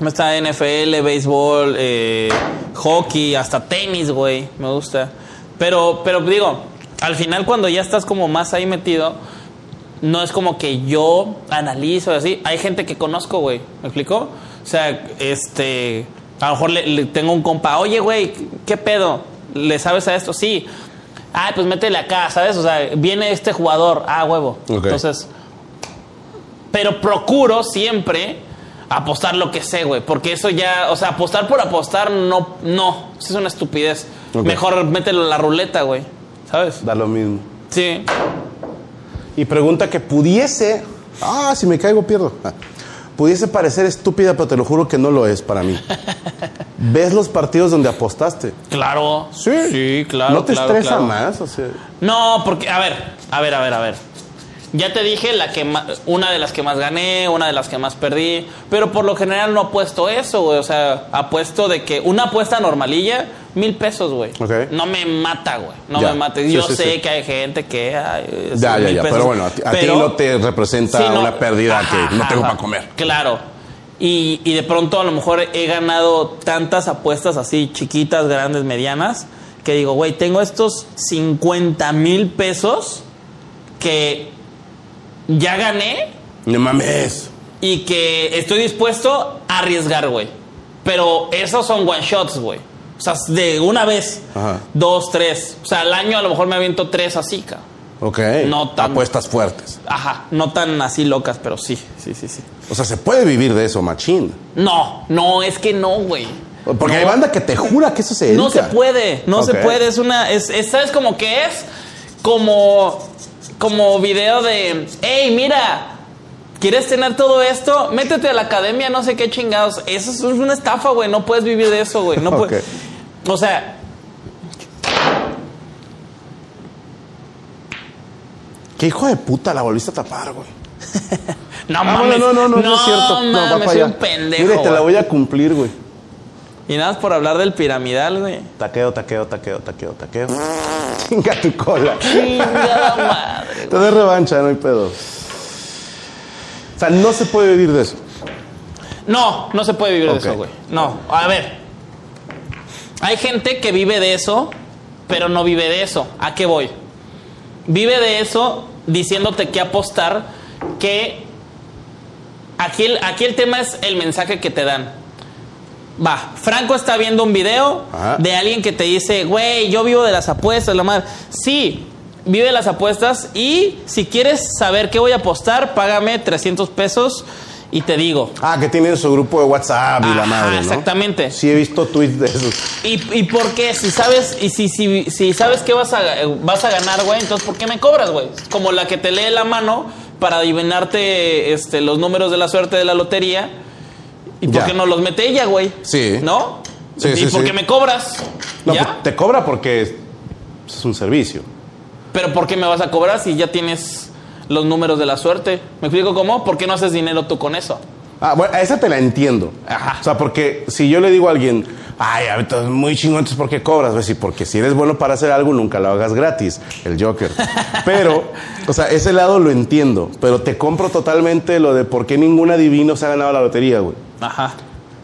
Speaker 2: Me está NFL, béisbol, eh, hockey, hasta tenis, güey. Me gusta. Pero, pero digo, al final cuando ya estás como más ahí metido, no es como que yo analizo y así. Hay gente que conozco, güey. ¿Me explico? O sea, este. A lo mejor le, le tengo un compa. Oye, güey, ¿qué pedo? ¿Le sabes a esto? Sí. Ah, pues métele acá, ¿sabes? O sea, viene este jugador. Ah, huevo.
Speaker 1: Ok.
Speaker 2: Entonces. Pero procuro siempre apostar lo que sé, güey. Porque eso ya. O sea, apostar por apostar no. No. Eso es una estupidez.
Speaker 1: Ok.
Speaker 2: Mejor mételo a la ruleta, güey. ¿Sabes?
Speaker 1: Da lo mismo.
Speaker 2: Sí.
Speaker 1: Y pregunta que pudiese. Ah, si me caigo, pierdo. Ah. Pudiese parecer estúpida, pero te lo juro que no lo es para
Speaker 2: [LAUGHS]
Speaker 1: mí. ¿Ves los partidos donde apostaste?
Speaker 2: Claro. Sí, claro.
Speaker 1: ¿No te
Speaker 2: claro,
Speaker 1: estresa
Speaker 2: claro.
Speaker 1: más? O sea,
Speaker 2: No, porque, a ver, a ver, a ver, a ver. Ya te dije la que ma- una de las que más gané, una de las que más perdí, pero por lo general no apuesto eso, güey. O sea, apuesto de que una apuesta normalilla, mil pesos, güey.
Speaker 1: Ok.
Speaker 2: No me mata, güey. No
Speaker 1: Ya.
Speaker 2: me mata.
Speaker 1: Sí,
Speaker 2: Yo
Speaker 1: sí,
Speaker 2: sé
Speaker 1: sí.
Speaker 2: que hay gente que... ay, es
Speaker 1: ya, ya,
Speaker 2: mil
Speaker 1: ya.
Speaker 2: pesos,
Speaker 1: Pero bueno, a ti, a ti
Speaker 2: pero-
Speaker 1: no te representa
Speaker 2: Sí, no.
Speaker 1: una pérdida
Speaker 2: Ajá,
Speaker 1: que no
Speaker 2: ajá,
Speaker 1: tengo
Speaker 2: ajá.
Speaker 1: para comer.
Speaker 2: Claro. Y, y de pronto a lo mejor he ganado tantas apuestas así, chiquitas, grandes, medianas, que digo, güey, tengo estos 50 mil pesos que ya gané
Speaker 1: No mames.
Speaker 2: y que estoy dispuesto a arriesgar, güey. Pero esos son one shots, güey. O sea, de una vez,
Speaker 1: Ajá.
Speaker 2: dos, tres. O sea, al año a lo mejor me aviento tres así, cabrón.
Speaker 1: Ok.
Speaker 2: No tan-
Speaker 1: Apuestas fuertes.
Speaker 2: Ajá, no tan así locas, pero sí, sí, sí, sí.
Speaker 1: O sea, se puede vivir de eso, machín.
Speaker 2: No, no, es que no, güey.
Speaker 1: Porque
Speaker 2: No.
Speaker 1: hay banda que te jura que eso se dedica.
Speaker 2: No se puede, no se
Speaker 1: Ok.
Speaker 2: puede. Es una, es, es- ¿sabes como que es? Como, como video de, hey, mira, ¿quieres tener todo esto? Métete a la academia, no sé qué chingados. Eso es una estafa, güey. No puedes vivir de eso, güey. No
Speaker 1: Ok.
Speaker 2: puedes. O sea.
Speaker 1: ¿Qué hijo de puta la volviste a tapar, güey?
Speaker 2: No
Speaker 1: Ah,
Speaker 2: mames.
Speaker 1: bueno, no, no, no, no es cierto.
Speaker 2: mames,
Speaker 1: no, va para
Speaker 2: soy
Speaker 1: allá.
Speaker 2: un pendejo.
Speaker 1: Mira, y te la
Speaker 2: güey.
Speaker 1: voy a cumplir, güey.
Speaker 2: Y nada más por hablar del piramidal, güey.
Speaker 1: Taqueo, taqueo, taqueo, taqueo, taqueo. [LAUGHS] Chinga tu cola.
Speaker 2: Chingada
Speaker 1: [LAUGHS]
Speaker 2: madre.
Speaker 1: Te doy revancha, no hay pedo. O sea, no se puede vivir de eso.
Speaker 2: No, no se puede vivir
Speaker 1: Ok.
Speaker 2: de eso, güey. No, a ver. Hay gente que vive de eso, pero no vive de eso. ¿A qué voy? Vive de eso diciéndote que apostar que aquí el, aquí el tema es el mensaje que te dan. Va, Franco está viendo un video
Speaker 1: Ajá.
Speaker 2: de alguien que te dice, güey, yo vivo de las apuestas, la madre. Sí, vive de las apuestas y si quieres saber qué voy a apostar, págame 300 pesos y te digo.
Speaker 1: Ah, que tienen su grupo de WhatsApp y la
Speaker 2: Ajá,
Speaker 1: madre, ¿no?
Speaker 2: exactamente.
Speaker 1: Sí he visto tweets de esos.
Speaker 2: ¿Y, y por qué? Si sabes, y si, si, si sabes que vas a, eh, vas a ganar, güey, entonces ¿por qué me cobras, güey? Como la que te lee la mano para adivinarte este, los números de la suerte de la lotería. ¿Y por
Speaker 1: Ya.
Speaker 2: qué no los mete ella, güey?
Speaker 1: Sí.
Speaker 2: ¿No?
Speaker 1: Sí,
Speaker 2: ¿Y
Speaker 1: sí,
Speaker 2: por
Speaker 1: sí.
Speaker 2: qué me cobras?
Speaker 1: No,
Speaker 2: ¿Ya?
Speaker 1: pues, te cobra porque es- es un servicio.
Speaker 2: Pero ¿por qué me vas a cobrar si ya tienes los números de la suerte? ¿Me explico cómo? ¿Por qué no haces dinero tú con eso?
Speaker 1: Ah, bueno, a esa te la entiendo.
Speaker 2: Ajá.
Speaker 1: O sea, porque si yo le digo a alguien, ay, ahorita es muy chingón, entonces ¿por qué cobras? Pues sí, porque si eres bueno para hacer algo, nunca lo hagas gratis, el
Speaker 2: [LAUGHS]
Speaker 1: Joker. Pero, o sea, ese lado lo entiendo, pero te compro totalmente lo de por qué ningún adivino se ha ganado la lotería, güey.
Speaker 2: Ajá.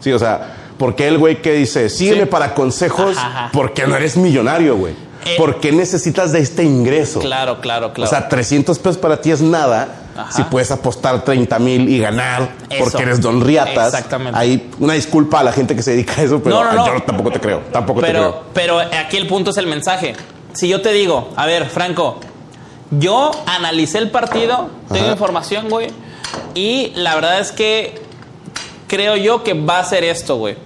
Speaker 1: Sí, o sea, porque el güey que dice, sígueme
Speaker 2: Sí.
Speaker 1: para consejos,
Speaker 2: Ajá, ajá.
Speaker 1: porque no eres millonario, güey.
Speaker 2: Eh.
Speaker 1: ¿Por qué necesitas de este ingreso?
Speaker 2: Claro, claro, claro.
Speaker 1: O sea, 300 pesos para ti es nada.
Speaker 2: Ajá.
Speaker 1: Si puedes apostar 30 mil y ganar
Speaker 2: Eso.
Speaker 1: porque eres Don Riatas.
Speaker 2: Exactamente.
Speaker 1: Hay una disculpa a la gente que se dedica a eso, pero
Speaker 2: No, no, no.
Speaker 1: yo tampoco te creo. Tampoco te
Speaker 2: pero,
Speaker 1: creo.
Speaker 2: pero aquí el punto es el mensaje. Si yo te digo, a ver, Franco, yo analicé el partido, tengo
Speaker 1: Ajá.
Speaker 2: información, güey, y la verdad es que creo yo que va a ser esto, güey.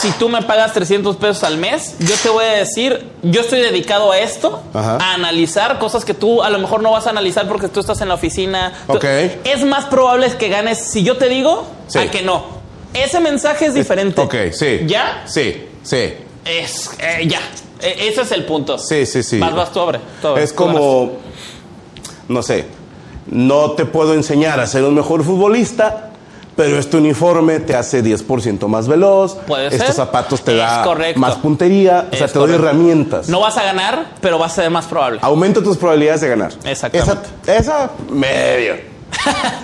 Speaker 2: Si tú me pagas 300 pesos al mes, yo te voy a decir, yo estoy dedicado a esto,
Speaker 1: Ajá.
Speaker 2: a analizar cosas que tú a lo mejor no vas a analizar porque tú estás en la oficina. Tú-
Speaker 1: Ok.
Speaker 2: Es más probable que ganes si yo te digo
Speaker 1: Sí.
Speaker 2: a que no. Ese mensaje es diferente.
Speaker 1: Eh, Ok, sí.
Speaker 2: ¿Ya?
Speaker 1: Sí, sí.
Speaker 2: Es, eh, ya. E- ese es el punto.
Speaker 1: Sí, sí, sí.
Speaker 2: Vas, vas, tú abre. tú abre,
Speaker 1: Es
Speaker 2: tú abre.
Speaker 1: como, no sé, no te puedo enseñar a ser un mejor futbolista, pero este uniforme te hace 10% más veloz.
Speaker 2: Puede
Speaker 1: Estos
Speaker 2: ser.
Speaker 1: zapatos te
Speaker 2: Es
Speaker 1: da
Speaker 2: correcto.
Speaker 1: más puntería. O sea,
Speaker 2: Es
Speaker 1: te doy
Speaker 2: correcto.
Speaker 1: herramientas.
Speaker 2: No vas a ganar, pero vas a ser más probable.
Speaker 1: Aumenta tus probabilidades de ganar.
Speaker 2: Exactamente.
Speaker 1: Esa, esa
Speaker 2: [LAUGHS]
Speaker 1: medio.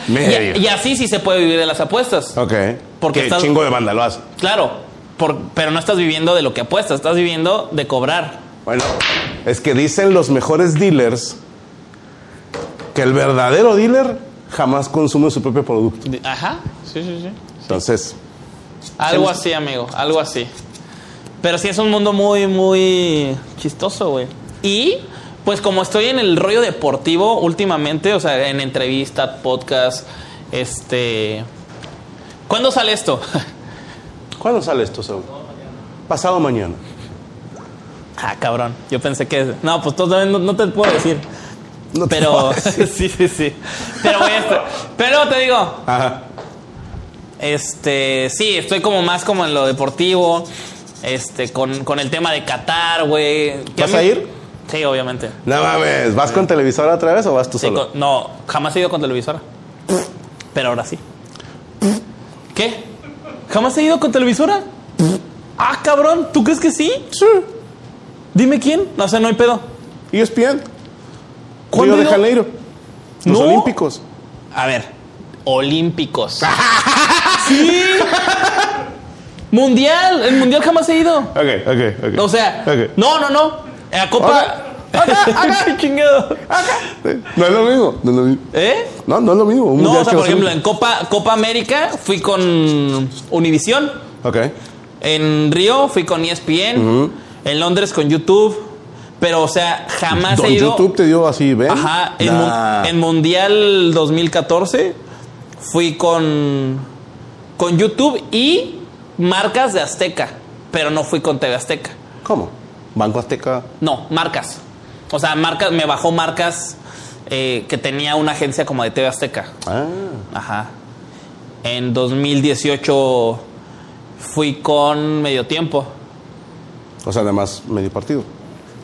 Speaker 1: medio.
Speaker 2: Y, y así sí se puede vivir de las apuestas.
Speaker 1: Ok.
Speaker 2: Porque
Speaker 1: Porque
Speaker 2: estás-
Speaker 1: chingo de banda lo hace.
Speaker 2: Claro. por- pero no estás viviendo de lo que apuestas, estás viviendo de cobrar.
Speaker 1: Bueno, es que dicen los mejores dealers que el verdadero dealer jamás consume su propio producto.
Speaker 2: De- Ajá. Sí, sí, sí.
Speaker 1: Entonces,
Speaker 2: Algo así, amigo, algo así. Pero sí es un mundo muy, muy chistoso, güey. Y pues como estoy en el rollo deportivo últimamente, o sea, en entrevistas, podcast, este... ¿Cuándo sale esto? [LAUGHS]
Speaker 1: ¿cuándo sale esto, Saúl? Pasado mañana.
Speaker 2: ah, cabrón, yo pensé que... No, pues todavía no, no te puedo decir.
Speaker 1: No te puedo
Speaker 2: [LAUGHS] Pero...
Speaker 1: decir.
Speaker 2: sí, sí, sí. Pero, güey, esto- pero te digo,
Speaker 1: Ajá.
Speaker 2: Este, sí, estoy como más como en lo deportivo, este, con, con el tema de Qatar, güey. Que
Speaker 1: ¿Vas
Speaker 2: mí-
Speaker 1: a ir?
Speaker 2: Sí, obviamente.
Speaker 1: No mames, ¿vas con televisora otra vez o vas tú
Speaker 2: Sí,
Speaker 1: solo?
Speaker 2: con- no, jamás he ido con televisora. Pero ahora sí. ¿Qué? ¿Jamás he ido con televisora? Ah, cabrón, ¿tú crees que sí?
Speaker 1: Sí. E
Speaker 2: Dime quién. No, o sea, no hay pedo.
Speaker 1: ¿Y ESPN?
Speaker 2: ¿Cuándo
Speaker 1: Río de
Speaker 2: ido?
Speaker 1: Janeiro. Los
Speaker 2: No.
Speaker 1: Olímpicos.
Speaker 2: A ver,
Speaker 1: [LAUGHS]
Speaker 2: Olímpicos. sí. mundial, el mundial jamás he ido.
Speaker 1: Ok, ok, ok.
Speaker 2: O sea,
Speaker 1: Ok.
Speaker 2: no, no, no. La copa. [LAUGHS]
Speaker 1: [LAUGHS]
Speaker 2: Chingado.
Speaker 1: No es lo mismo. No es lo mismo.
Speaker 2: ¿Eh?
Speaker 1: No, no es lo mismo. un
Speaker 2: No,
Speaker 1: mundial
Speaker 2: o sea,
Speaker 1: que los
Speaker 2: por ejemplo, en Copa, Copa América fui con Univisión.
Speaker 1: Ok.
Speaker 2: En Río fui con E ESPN. En Londres con YouTube. Pero, o sea, jamás
Speaker 1: Don
Speaker 2: he ido.
Speaker 1: YouTube te dio así, ¿ven?
Speaker 2: Ajá. En, mu-
Speaker 1: Nah.
Speaker 2: en Mundial 2014 fui con, con YouTube y marcas de Azteca. Pero no fui con TV Azteca.
Speaker 1: ¿Cómo? Banco Azteca.
Speaker 2: No, marcas. O sea, marcas, me bajó marcas eh, que tenía una agencia como de TV Azteca.
Speaker 1: Ah.
Speaker 2: Ajá. En 2018 fui con medio tiempo.
Speaker 1: O sea, nada más medio partido.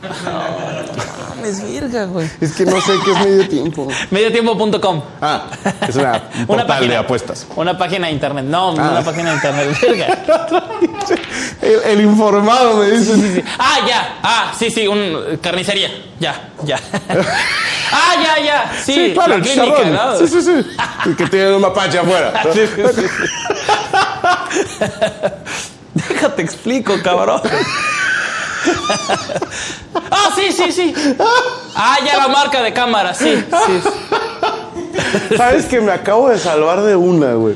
Speaker 2: mames, virga, güey.
Speaker 1: Es que no sé qué es medio
Speaker 2: [LAUGHS]
Speaker 1: tiempo.
Speaker 2: Mediotiempo.com.
Speaker 1: Ah, es una, un
Speaker 2: Una
Speaker 1: portal de
Speaker 2: página.
Speaker 1: apuestas.
Speaker 2: Una página de internet. No,
Speaker 1: Ah.
Speaker 2: una página de internet, verga.
Speaker 1: El, el informado me dice.
Speaker 2: Sí, sí. Ah, ya. Ah, sí, sí, un carnicería. Ya,
Speaker 1: [LAUGHS]
Speaker 2: ya. ah, ya, ya. Sí,
Speaker 1: Sí, claro,
Speaker 2: la
Speaker 1: el
Speaker 2: clínica,
Speaker 1: chicharrón.
Speaker 2: ¿no?
Speaker 1: Sí, sí,
Speaker 2: [LAUGHS]
Speaker 1: sí. El que tiene un mapache afuera.
Speaker 2: Sí, sí, sí. Déjate explico, cabrón. Ah, sí, sí, sí. Ah, ya la marca de cámara, sí, sí.
Speaker 1: Sabes que me acabo de salvar de una, güey.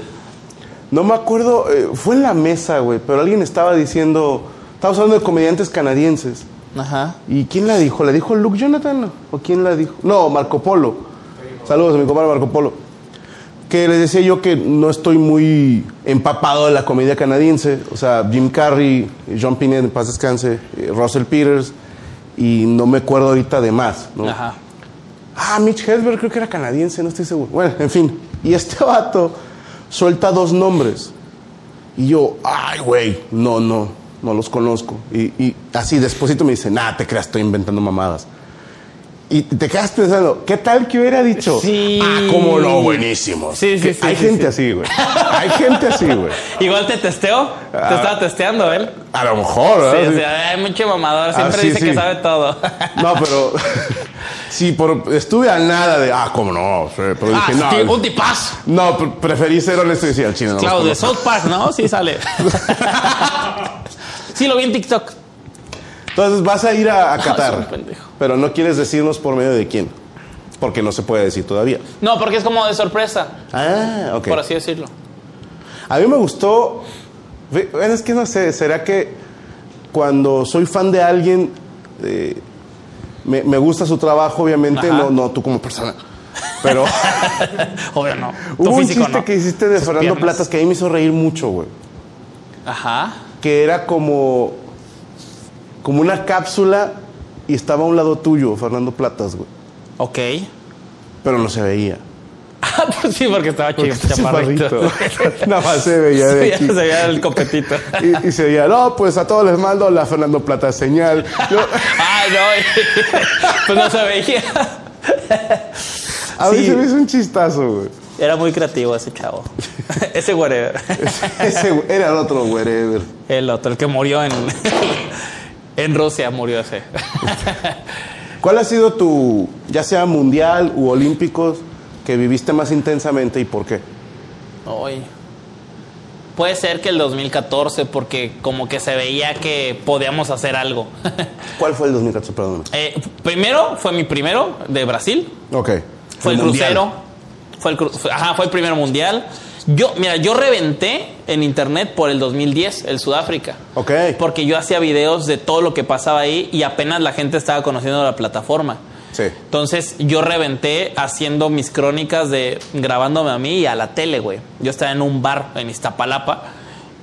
Speaker 1: No me acuerdo, eh, fue en la mesa, güey, pero alguien estaba diciendo, estaba hablando de comediantes canadienses.
Speaker 2: Ajá.
Speaker 1: ¿Y quién la dijo? ¿La dijo Luke Jonathan? ¿O quién la dijo? No, Marco Polo. Saludos a mi compadre Marco Polo. Que les decía yo que no estoy muy empapado de la comedia canadiense. O sea, Jim Carrey, John Pinette, en paz descanse, eh, Russell Peters, y no me acuerdo ahorita de más, ¿no?
Speaker 2: Ajá.
Speaker 1: Ah, Mitch Hedberg creo que era canadiense, no estoy seguro. Bueno, en fin. Y este [LAUGHS] vato suelta dos nombres. Y yo, ay, güey, no, no, no los conozco. Y, y así despuésito me dice, nada, te creas, estoy inventando mamadas. Y te quedas pensando, ¿qué tal que hubiera dicho?
Speaker 2: Sí.
Speaker 1: Ah, cómo no, buenísimo.
Speaker 2: Sí, sí,
Speaker 1: Que
Speaker 2: sí,
Speaker 1: Hay
Speaker 2: sí,
Speaker 1: gente
Speaker 2: sí.
Speaker 1: así, güey. Hay gente así, güey.
Speaker 2: Igual te testeó.
Speaker 1: Ah.
Speaker 2: Te estaba testeando él.
Speaker 1: A lo mejor,
Speaker 2: Sí,
Speaker 1: ¿verdad?
Speaker 2: o sea, hay mucho mamador. Siempre
Speaker 1: Ah, sí,
Speaker 2: dice
Speaker 1: sí. Pues
Speaker 2: que sabe todo.
Speaker 1: No, pero [LAUGHS] sí, por, estuve a nada de, ah, cómo no, sí, pero
Speaker 2: Ah,
Speaker 1: dije,
Speaker 2: sí,
Speaker 1: no.
Speaker 2: un tipazo.
Speaker 1: No, pre- preferí ser honesto y decir al chino. no los
Speaker 2: Claro, de
Speaker 1: conozco".
Speaker 2: South Park, ¿no? Sí
Speaker 1: [LAUGHS]
Speaker 2: sale. sí, lo vi en TikTok.
Speaker 1: Entonces vas a ir a, a
Speaker 2: es un
Speaker 1: Qatar,
Speaker 2: pendejo.
Speaker 1: pero no quieres decirnos por medio de quién, porque no se puede decir todavía.
Speaker 2: No, porque es como de sorpresa,
Speaker 1: Ah, ok.
Speaker 2: por así decirlo.
Speaker 1: A mí me gustó, ve- bueno, es que no sé, será que cuando soy fan de alguien, eh, me, me gusta su trabajo, obviamente,
Speaker 2: Ajá.
Speaker 1: no, no tú como persona,
Speaker 2: [LAUGHS]
Speaker 1: pero...
Speaker 2: Obvio no. Tu
Speaker 1: Hubo un
Speaker 2: físico,
Speaker 1: chiste
Speaker 2: no.
Speaker 1: que hiciste de
Speaker 2: Sus
Speaker 1: Fernando
Speaker 2: piernas.
Speaker 1: Platas que a mí me hizo reír mucho, güey.
Speaker 2: Ajá.
Speaker 1: Que era como. como una cápsula y estaba a un lado tuyo, Fernando Platas, güey.
Speaker 2: Ok.
Speaker 1: Pero no se veía.
Speaker 2: [LAUGHS] Ah, pues sí, porque estaba chido, chaparrito. [LAUGHS]
Speaker 1: Chaparrito. [LAUGHS] Nada más se veía de
Speaker 2: Sí,
Speaker 1: aquí.
Speaker 2: ya se veía
Speaker 1: [LAUGHS]
Speaker 2: el copetito.
Speaker 1: Y, y se veía, no, pues a todos les mando la Fernando Platas señal. Yo-
Speaker 2: Ay,
Speaker 1: [LAUGHS]
Speaker 2: no. Pues no se veía.
Speaker 1: a mí
Speaker 2: Sí.
Speaker 1: se me hizo un chistazo,
Speaker 2: [LAUGHS]
Speaker 1: güey.
Speaker 2: Era muy creativo ese chavo. [LAUGHS]
Speaker 1: [LAUGHS]
Speaker 2: Ese whatever.
Speaker 1: Ese güey- era el otro, wherever.
Speaker 2: El otro, el que murió en. [LAUGHS] En Rusia murió ese.
Speaker 1: ¿Cuál ha sido tu, ya sea mundial u olímpicos, que viviste más intensamente y por qué?
Speaker 2: Ay. Puede ser que el 2014, porque como que se veía que podíamos hacer algo. [LAUGHS]
Speaker 1: ¿Cuál fue el 2014? Perdón.
Speaker 2: Eh, primero fue mi primero de Brasil.
Speaker 1: Ok.
Speaker 2: Fue el,
Speaker 1: mundial.
Speaker 2: crucero. Fue el, cru- fue- ajá, fue el primer mundial. Yo, mira, yo reventé en internet por el 2010, el Sudáfrica.
Speaker 1: Ok.
Speaker 2: Porque yo hacía videos de todo lo que pasaba ahí y apenas la gente estaba conociendo la plataforma.
Speaker 1: Sí.
Speaker 2: Entonces yo reventé haciendo mis crónicas de grabándome a mí y a la tele, güey. Yo estaba en un bar en Iztapalapa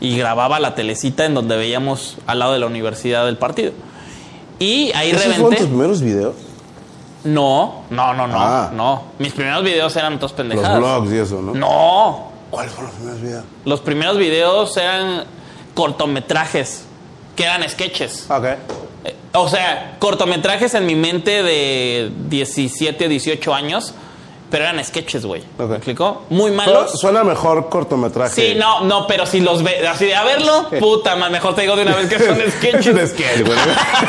Speaker 2: y grababa la telecita en donde veíamos al lado de la universidad del partido. Y ahí
Speaker 1: ¿Esos fueron
Speaker 2: reventé.
Speaker 1: tus primeros videos?
Speaker 2: No, no, no, no,
Speaker 1: Ah.
Speaker 2: no. Mis primeros videos eran todos pendejadas.
Speaker 1: Los blogs y eso, ¿no?
Speaker 2: No,
Speaker 1: ¿Cuáles fueron los primeros videos?
Speaker 2: los primeros videos eran cortometrajes, que eran sketches.
Speaker 1: Ok.
Speaker 2: Eh, O sea, cortometrajes en mi mente de 17, 18 años, pero eran sketches, güey.
Speaker 1: Ok.
Speaker 2: ¿Me explicó? Muy
Speaker 1: Pero
Speaker 2: malos.
Speaker 1: suena mejor cortometraje.
Speaker 2: Sí, no, no, pero si los ve, así de a verlo, puta, man, mejor te digo de
Speaker 1: [LAUGHS]
Speaker 2: una vez que son
Speaker 1: Es un
Speaker 2: sketches.
Speaker 1: sketch, güey.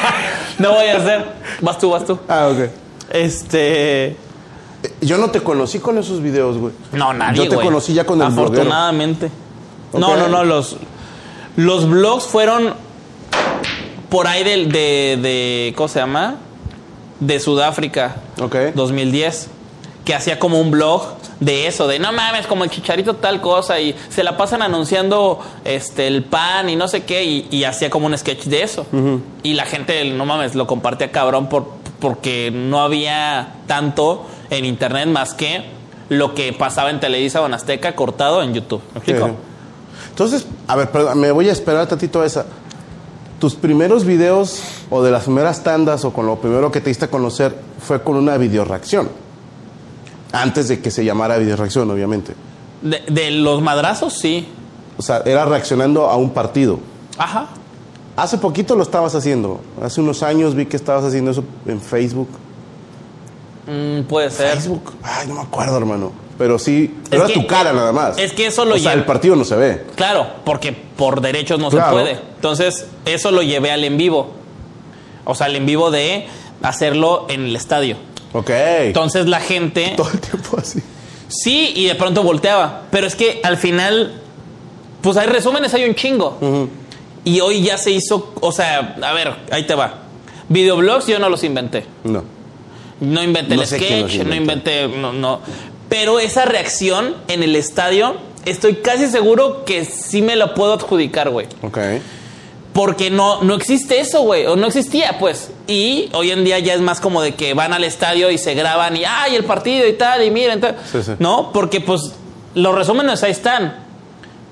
Speaker 2: [LAUGHS] No voy a hacer. Vas tú, vas tú.
Speaker 1: ah, ok.
Speaker 2: Este.
Speaker 1: Eh, Yo no te conocí con esos videos, güey.
Speaker 2: No, nadie.
Speaker 1: Yo te
Speaker 2: güey.
Speaker 1: conocí ya con el bloguero.
Speaker 2: Afortunadamente. No,
Speaker 1: Ok.
Speaker 2: no, no. Los, los blogs fueron por ahí del, de, de. ¿Cómo se llama? De Sudáfrica.
Speaker 1: Ok.
Speaker 2: 2010. Que hacía como un blog de eso, de no mames, como el chicharito tal cosa. Y se la pasan anunciando este el pan y no sé qué. Y, y hacía como un sketch de eso. Y la gente, no mames, lo compartía cabrón por, porque no había tanto en internet más que lo que pasaba en Televisa o en Azteca cortado en YouTube. ¿Me
Speaker 1: Sí.
Speaker 2: explico?
Speaker 1: Entonces, a ver, perdón, me voy a esperar tantito a esa. ¿Tus primeros videos o de las primeras tandas o con lo primero que te diste a conocer fue con una videoreacción? Antes de que se llamara videoreacción, obviamente.
Speaker 2: De, de los madrazos, sí.
Speaker 1: O sea, era reaccionando a un partido.
Speaker 2: Ajá.
Speaker 1: Hace poquito lo estabas haciendo. Hace unos años vi que estabas haciendo eso en Facebook.
Speaker 2: Mm, puede ser.
Speaker 1: Facebook. Ay, no me acuerdo, hermano. Pero sí, era
Speaker 2: que-
Speaker 1: tu cara nada más.
Speaker 2: es que eso lo
Speaker 1: O sea,
Speaker 2: lleva-
Speaker 1: el partido no se ve.
Speaker 2: Claro, porque por derechos no se
Speaker 1: Claro.
Speaker 2: puede. Entonces, eso lo llevé al en vivo. O sea, al en vivo de hacerlo en el estadio.
Speaker 1: Ok.
Speaker 2: Entonces la gente
Speaker 1: Todo el tiempo así.
Speaker 2: sí y de pronto volteaba. Pero es que al final, pues hay resúmenes, hay un chingo. Y hoy ya se hizo, o sea, a ver, ahí te va. Videoblogs yo no los inventé.
Speaker 1: No.
Speaker 2: No inventé
Speaker 1: No
Speaker 2: el
Speaker 1: sé quién los
Speaker 2: sketch, no
Speaker 1: inventó.
Speaker 2: inventé, no, no. Pero esa reacción en el estadio, estoy casi seguro que sí me la puedo adjudicar, güey.
Speaker 1: Ok.
Speaker 2: Porque no, no existe eso, güey. O no existía, pues. Y hoy en día ya es más como de que van al estadio y se graban y, ay, el partido y tal, y miren. tal".
Speaker 1: Sí, sí.
Speaker 2: No, porque pues los resúmenes ahí están.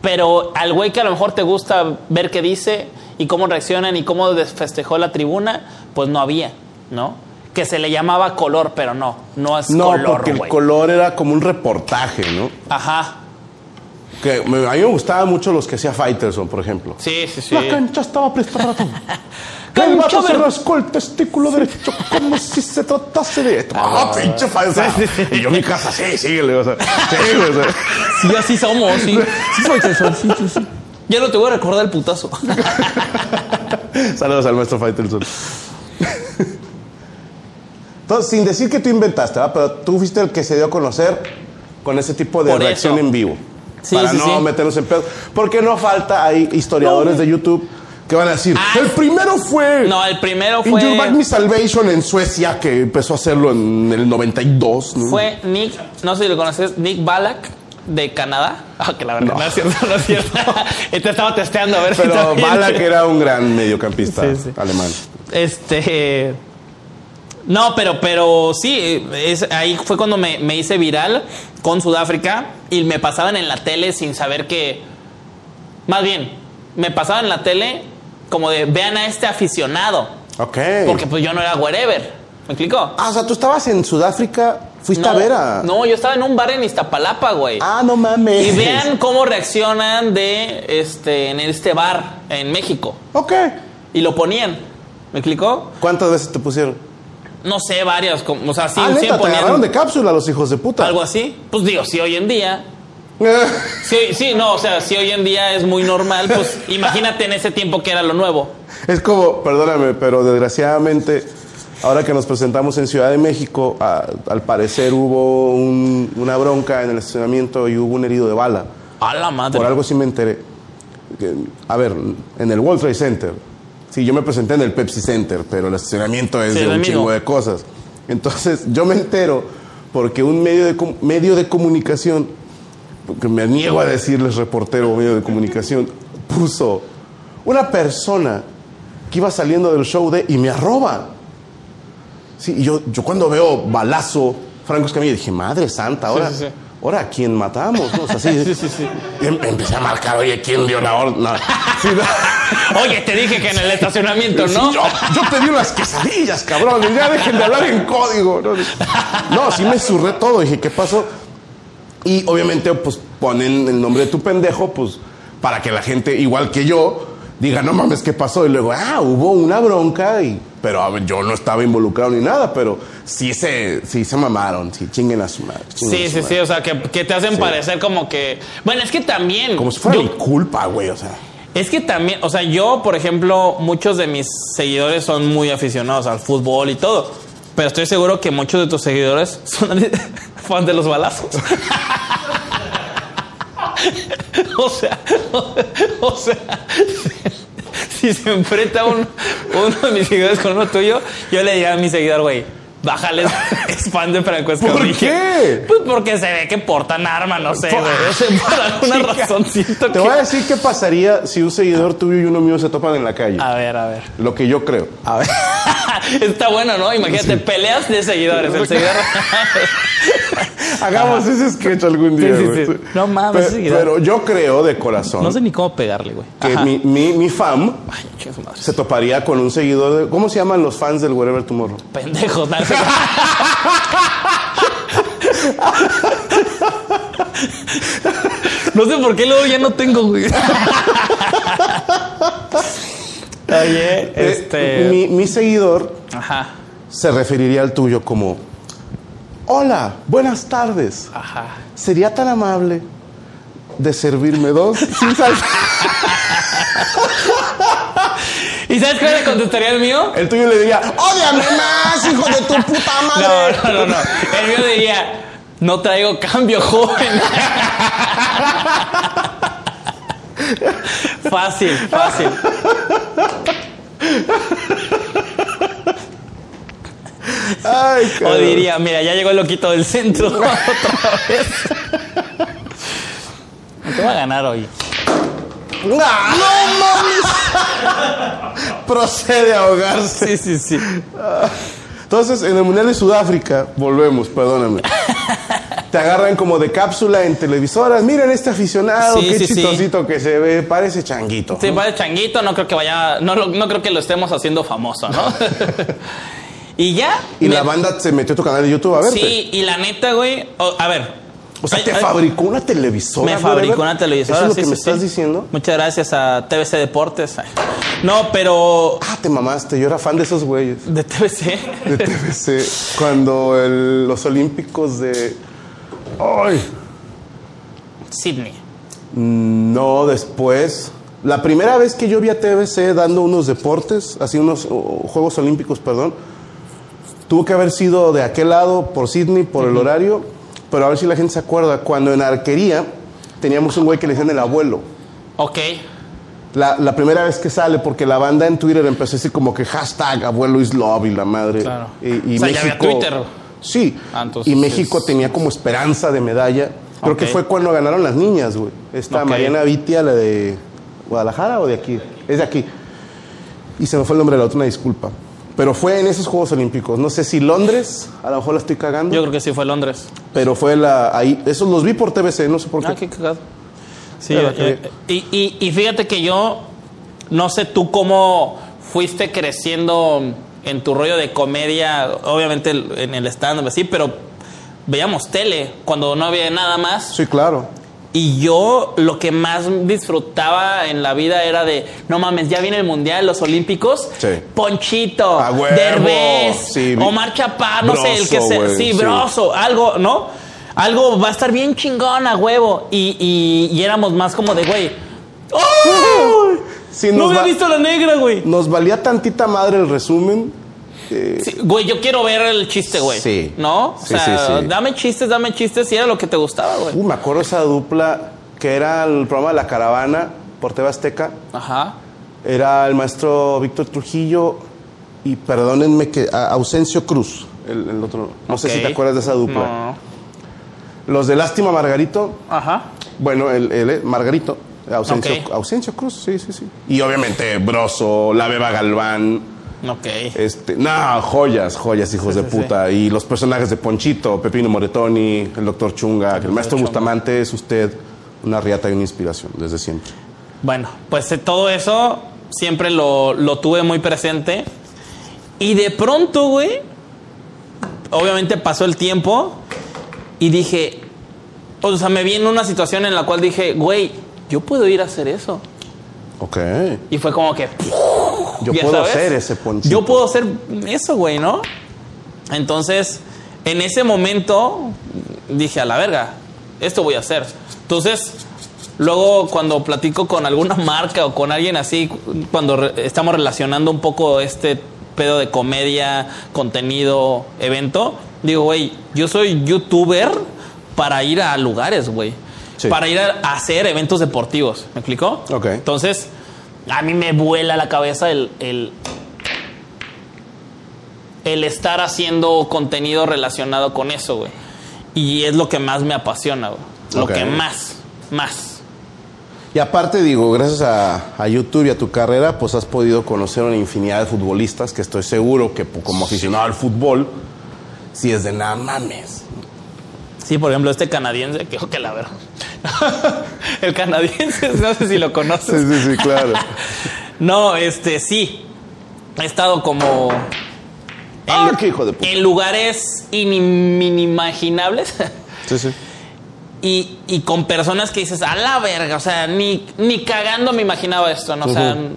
Speaker 2: Pero al güey que a lo mejor te gusta ver qué dice y cómo reaccionan y cómo desfestejó la tribuna, pues no había, ¿no? Que se le llamaba color, pero no, no es
Speaker 1: No,
Speaker 2: color,
Speaker 1: porque el
Speaker 2: güey.
Speaker 1: color era como un reportaje, ¿no?
Speaker 2: Ajá.
Speaker 1: Que me- a mí me gustaban mucho los que hacía Fighterson, por ejemplo.
Speaker 2: Sí, sí, sí.
Speaker 1: cancha estaba presta
Speaker 2: [LAUGHS]
Speaker 1: para todo.
Speaker 2: Cancha verde.
Speaker 1: rascó el testículo derecho como si se tratase de esto. Ah, pinche falsa. Y yo en mi casa, sí, síguele. O sea, sí, güey, o sea.
Speaker 2: Sí, así somos, sí. Sí, soy Chelsea, sí, sí, sí. Ya no te voy a recordar el putazo.
Speaker 1: Saludos al maestro Faitelson. Entonces, sin decir que tú inventaste, ¿verdad? pero tú fuiste el que se dio a conocer con ese tipo de
Speaker 2: Por eso.
Speaker 1: reacción en vivo.
Speaker 2: Sí,
Speaker 1: para
Speaker 2: sí,
Speaker 1: no
Speaker 2: sí.
Speaker 1: meternos en pedo. Porque no falta, hay historiadores de YouTube que van a decir,
Speaker 2: Ah,
Speaker 1: el primero fue...
Speaker 2: No, el primero
Speaker 1: In Your Back
Speaker 2: fue.
Speaker 1: Me Salvation en Suecia, que empezó a hacerlo en el 92. ¿no?
Speaker 2: Fue Nick, no sé si lo conoces, Nick Balak de Canadá. Ah, que la verdad. No, es cierto, no es cierto. [LAUGHS] Te estaba testeando a ver si
Speaker 1: Pero
Speaker 2: también-
Speaker 1: Balak era un gran mediocampista
Speaker 2: Sí, sí.
Speaker 1: alemán.
Speaker 2: Este. No, pero, pero sí, es- ahí fue cuando me, me hice viral con Sudáfrica y me pasaban en la tele sin saber que. Más bien, me pasaban en la tele como de vean a este aficionado.
Speaker 1: Ok.
Speaker 2: Porque pues yo no era wherever. ¿Me explico?
Speaker 1: Ah, o sea, tú estabas en Sudáfrica, fuiste a ver a...
Speaker 2: no, yo estaba en un bar en Iztapalapa, güey.
Speaker 1: Ah, no mames. [LAUGHS]
Speaker 2: Y vean cómo reaccionan de este en este bar en México.
Speaker 1: Ok.
Speaker 2: Y lo ponían. ¿Me explicó?
Speaker 1: ¿Cuántas veces te pusieron?
Speaker 2: No sé, varias. como- O sea, sí,
Speaker 1: ah,
Speaker 2: sí
Speaker 1: neta, te
Speaker 2: ponían
Speaker 1: agarraron de cápsula los hijos de puta. [LAUGHS]
Speaker 2: algo así. Pues digo, sí, hoy en día. Sí, sí, no, o sea, si hoy en día es muy normal,
Speaker 1: [LAUGHS]
Speaker 2: pues imagínate en ese tiempo que era lo nuevo.
Speaker 1: es como, perdóname, pero desgraciadamente, ahora que nos presentamos en Ciudad de México, a- al parecer hubo un- una bronca en el estacionamiento y hubo un herido de bala.
Speaker 2: A la madre.
Speaker 1: Por algo sí me enteré. Que, A ver, en el World Trade Center. Sí, yo me presenté en el Pepsi Center, pero el estacionamiento es
Speaker 2: Sí,
Speaker 1: de
Speaker 2: es
Speaker 1: un
Speaker 2: el mismo.
Speaker 1: chingo de cosas. Entonces, yo me entero porque un medio de, com- medio de comunicación, porque me niego a decirles reportero o medio de comunicación, puso una persona que iba saliendo del show de y me arroba. Sí, y yo, yo cuando veo balazo, Franco Escamilla, dije, madre santa, ahora,
Speaker 2: sí, sí.
Speaker 1: ahora ¿a quién matamos? ¿no? O sea, sí, Y em- empecé a marcar, oye, ¿quién dio la orden? No. Sí, no.
Speaker 2: Oye, te dije que en el
Speaker 1: [LAUGHS]
Speaker 2: estacionamiento,
Speaker 1: Sí,
Speaker 2: ¿no?
Speaker 1: yo, yo te di unas quesadillas, cabrón. Ya dejen de hablar en código. No, No, sí me surré todo. Dije, ¿qué pasó? Y obviamente, pues ponen el nombre de tu pendejo, pues para que la gente, igual que yo, diga, no mames, ¿qué pasó? Y luego, ah, hubo una bronca, y, pero a ver, yo no estaba involucrado ni nada, pero sí se, sí se mamaron, sí chinguen a su madre. chinguen
Speaker 2: Sí,
Speaker 1: a su
Speaker 2: sí,
Speaker 1: madre.
Speaker 2: sí, o sea, que, que te hacen parecer como que... Bueno, es que también...
Speaker 1: Como si fuera
Speaker 2: yo-
Speaker 1: mi culpa, güey, o sea.
Speaker 2: Es que también, o sea, yo, por ejemplo, muchos de mis seguidores son muy aficionados al fútbol y todo. Pero estoy seguro que muchos de tus seguidores [LAUGHS] son fans de los balazos. [LAUGHS] o sea, [LAUGHS] o sea, [LAUGHS] si se enfrenta un- uno de mis seguidores con uno tuyo, yo le diría a mi seguidor, güey, bájale, es fan de Franco Escamilla.
Speaker 1: qué?
Speaker 2: Pues porque se ve que portan arma, no sé,
Speaker 1: [LAUGHS]
Speaker 2: güey. O sea, por alguna razón siento
Speaker 1: Te
Speaker 2: que...
Speaker 1: voy a decir qué pasaría si un seguidor tuyo y uno mío se topan en la calle.
Speaker 2: A ver, a ver.
Speaker 1: Lo que yo creo.
Speaker 2: A ver. [LAUGHS] Está bueno, ¿no? Imagínate, peleas de seguidores. El seguidor.
Speaker 1: Hagamos ese sketch algún día.
Speaker 2: Sí, sí,
Speaker 1: güey.
Speaker 2: sí. No mames,
Speaker 1: Pe-
Speaker 2: sí,
Speaker 1: Pero, yo creo de corazón
Speaker 2: No sé ni cómo pegarle, güey.
Speaker 1: que mi, mi, mi fam
Speaker 2: Ay, Ah, chinga su madre.
Speaker 1: se toparía con un seguidor de. ¿Cómo se llaman los fans del Wherever Tomorrow?
Speaker 2: Pendejos, nada. No sé por qué luego ya no tengo, güey. Oye,
Speaker 1: Eh,
Speaker 2: este. Eh,
Speaker 1: mi, mi seguidor
Speaker 2: Ajá.
Speaker 1: se referiría al tuyo como Hola, buenas tardes.
Speaker 2: Ajá.
Speaker 1: ¿Sería tan amable de servirme
Speaker 2: [LAUGHS]
Speaker 1: dos sin salsa?
Speaker 2: ¿Y sabes qué le contestaría el mío?
Speaker 1: El tuyo le diría, ódiame más, hijo de tu puta
Speaker 2: No,
Speaker 1: madre.
Speaker 2: no, no, no. El mío diría, no traigo cambio, joven. [LAUGHS] fácil, fácil.
Speaker 1: Ay,
Speaker 2: O
Speaker 1: cabrón.
Speaker 2: diría, mira, ya llegó el loquito del centro [LAUGHS] otra vez. ¿Qué va a ganar hoy?
Speaker 1: ¡Ah! ¡No mames! [LAUGHS] Procede a ahogarse.
Speaker 2: Sí, sí, sí.
Speaker 1: Entonces, en el Mundial de Sudáfrica, volvemos, perdóname.
Speaker 2: [LAUGHS]
Speaker 1: Te agarran como de cápsula en televisoras. Miren este aficionado,
Speaker 2: Sí,
Speaker 1: qué
Speaker 2: sí, sí.
Speaker 1: chistosito que se ve. Parece changuito.
Speaker 2: Sí, padre changuito, no creo que vaya, no, lo- no creo que lo estemos haciendo famoso, ¿no? y ya.
Speaker 1: Y
Speaker 2: me-
Speaker 1: la banda se metió a tu canal de YouTube a verte.
Speaker 2: Sí, y la neta, güey. o- a ver.
Speaker 1: O sea,
Speaker 2: Ay,
Speaker 1: te
Speaker 2: ay,
Speaker 1: fabricó una televisora.
Speaker 2: Me fabricó una televisora.
Speaker 1: ¿Eso es lo
Speaker 2: sí,
Speaker 1: que
Speaker 2: sí,
Speaker 1: me
Speaker 2: sí.
Speaker 1: estás diciendo?
Speaker 2: Muchas gracias a TVC Deportes. No, pero.
Speaker 1: Ah, te mamaste. Yo era fan de esos güeyes.
Speaker 2: De TVC. [LAUGHS]
Speaker 1: De TVC. cuando el- los Olímpicos de. ¡Ay!
Speaker 2: Sydney.
Speaker 1: No, después. La primera vez que yo vi a TBC dando unos deportes, así unos o- Juegos Olímpicos, perdón, tuvo que haber sido de aquel lado, por Sydney, por el horario, pero a ver si la gente se acuerda, cuando en arquería teníamos un güey que le decían el abuelo.
Speaker 2: Ok.
Speaker 1: La, la primera vez que sale, porque la banda en Twitter empezó a decir como que hashtag abuelo is love y la madre.
Speaker 2: Claro.
Speaker 1: Y, y
Speaker 2: O sea, ya había
Speaker 1: México.
Speaker 2: Twitter.
Speaker 1: Sí.
Speaker 2: Ah, entonces
Speaker 1: y México
Speaker 2: es-
Speaker 1: tenía como esperanza de medalla. Creo que
Speaker 2: Ok.
Speaker 1: fue cuando ganaron las niñas, güey. Esta
Speaker 2: Ok.
Speaker 1: Mariana Vitia, la de Guadalajara o de aquí. Es de aquí. Y se me fue el nombre de la otra, una disculpa. Pero fue en esos Juegos Olímpicos. No sé si Londres, a lo mejor la estoy cagando.
Speaker 2: Yo creo que sí fue Londres.
Speaker 1: Pero fue la. Ahí, esos los vi por TBC, no sé por qué.
Speaker 2: Ah, qué cagado. Sí,
Speaker 1: Claro,
Speaker 2: yo-
Speaker 1: qué
Speaker 2: yo- y, y- y fíjate que yo no sé tú cómo fuiste creciendo en tu rollo de comedia, obviamente el- en el stand-up, así, pero veíamos tele cuando no había nada más.
Speaker 1: Sí, claro.
Speaker 2: Y yo lo que más disfrutaba en la vida era de, no mames, ya viene el Mundial, los Olímpicos.
Speaker 1: Sí.
Speaker 2: Ponchito,
Speaker 1: A huevo.
Speaker 2: Derbez,
Speaker 1: Sí.
Speaker 2: Omar Chaparro, no sé, el que
Speaker 1: Broso,
Speaker 2: sea.
Speaker 1: güey,
Speaker 2: Sí,
Speaker 1: sí.
Speaker 2: broso, algo, ¿no? Algo va a estar bien chingón a huevo. Y, y- y éramos más como de, güey. ¡Oh!
Speaker 1: [LAUGHS] Sí,
Speaker 2: no
Speaker 1: nos
Speaker 2: había
Speaker 1: va-
Speaker 2: visto la negra, güey.
Speaker 1: Nos valía tantita madre el resumen.
Speaker 2: Sí, güey, yo quiero ver el chiste, güey.
Speaker 1: Sí.
Speaker 2: ¿No? O
Speaker 1: Sí,
Speaker 2: sea,
Speaker 1: sí, sí.
Speaker 2: dame chistes, dame chistes. Y era lo que te gustaba, güey.
Speaker 1: Uh, me acuerdo esa dupla que era el programa de La Caravana por TV Azteca.
Speaker 2: Ajá.
Speaker 1: Era el maestro Víctor Trujillo y perdónenme que a- Ausencio Cruz, el, el otro. No sé si
Speaker 2: Ok.
Speaker 1: te acuerdas de esa dupla.
Speaker 2: No.
Speaker 1: Los de Lástima Margarito,
Speaker 2: Ajá.
Speaker 1: bueno, el, el- eh, Margarito, Ausencio,
Speaker 2: Ok.
Speaker 1: Ausencio Cruz, sí, sí, sí. Y obviamente Broso, La Beba Galván.
Speaker 2: Ok.
Speaker 1: Este, no, joyas, joyas, hijos de
Speaker 2: sí,
Speaker 1: puta. Y los personajes de Ponchito, Pepino Moretoni, el doctor Chunga, que el maestro
Speaker 2: Chunga.
Speaker 1: Bustamante es usted una riata y una inspiración desde siempre.
Speaker 2: Bueno, pues eh, todo eso siempre lo, lo tuve muy presente. Y de pronto, güey, obviamente pasó el tiempo y dije, o sea, me vi en una situación en la cual dije, güey, yo puedo ir a hacer eso.
Speaker 1: Ok.
Speaker 2: Y fue como que,
Speaker 1: Yo
Speaker 2: ya
Speaker 1: puedo
Speaker 2: sabes,
Speaker 1: ser ese Ponchito.
Speaker 2: Yo puedo ser eso, güey, ¿no? Entonces, en ese momento dije, a la verga, esto voy a hacer. Entonces, luego cuando platico con alguna [LAUGHS] marca o con alguien así, cuando re- estamos relacionando un poco este pedo de comedia, contenido, evento, digo, güey, yo soy youtuber para ir a lugares, güey.
Speaker 1: Sí.
Speaker 2: Para ir a hacer eventos deportivos, ¿me explicó?
Speaker 1: Ok.
Speaker 2: Entonces, a mí me vuela la cabeza el, el, el estar haciendo contenido relacionado con eso, güey. Y es lo que más me apasiona, güey. Lo
Speaker 1: Ok.
Speaker 2: que más, más.
Speaker 1: Y aparte, digo, gracias a, a YouTube y a tu carrera, pues has podido conocer una infinidad de futbolistas que estoy seguro que pu- como aficionado al fútbol, si es de nada mames.
Speaker 2: Sí, por ejemplo, este canadiense, que que la verdad. [LAUGHS] el canadiense, no sé si lo conoces.
Speaker 1: sí, sí, [LAUGHS] claro.
Speaker 2: No, este, sí. He estado como.
Speaker 1: Ah, qué hijo de puta.
Speaker 2: En lugares inimaginables. [LAUGHS]
Speaker 1: Sí, sí.
Speaker 2: y, y con personas que dices, a la verga, o sea, ni, ni cagando me imaginaba esto, ¿no? O sea,
Speaker 1: Ujú.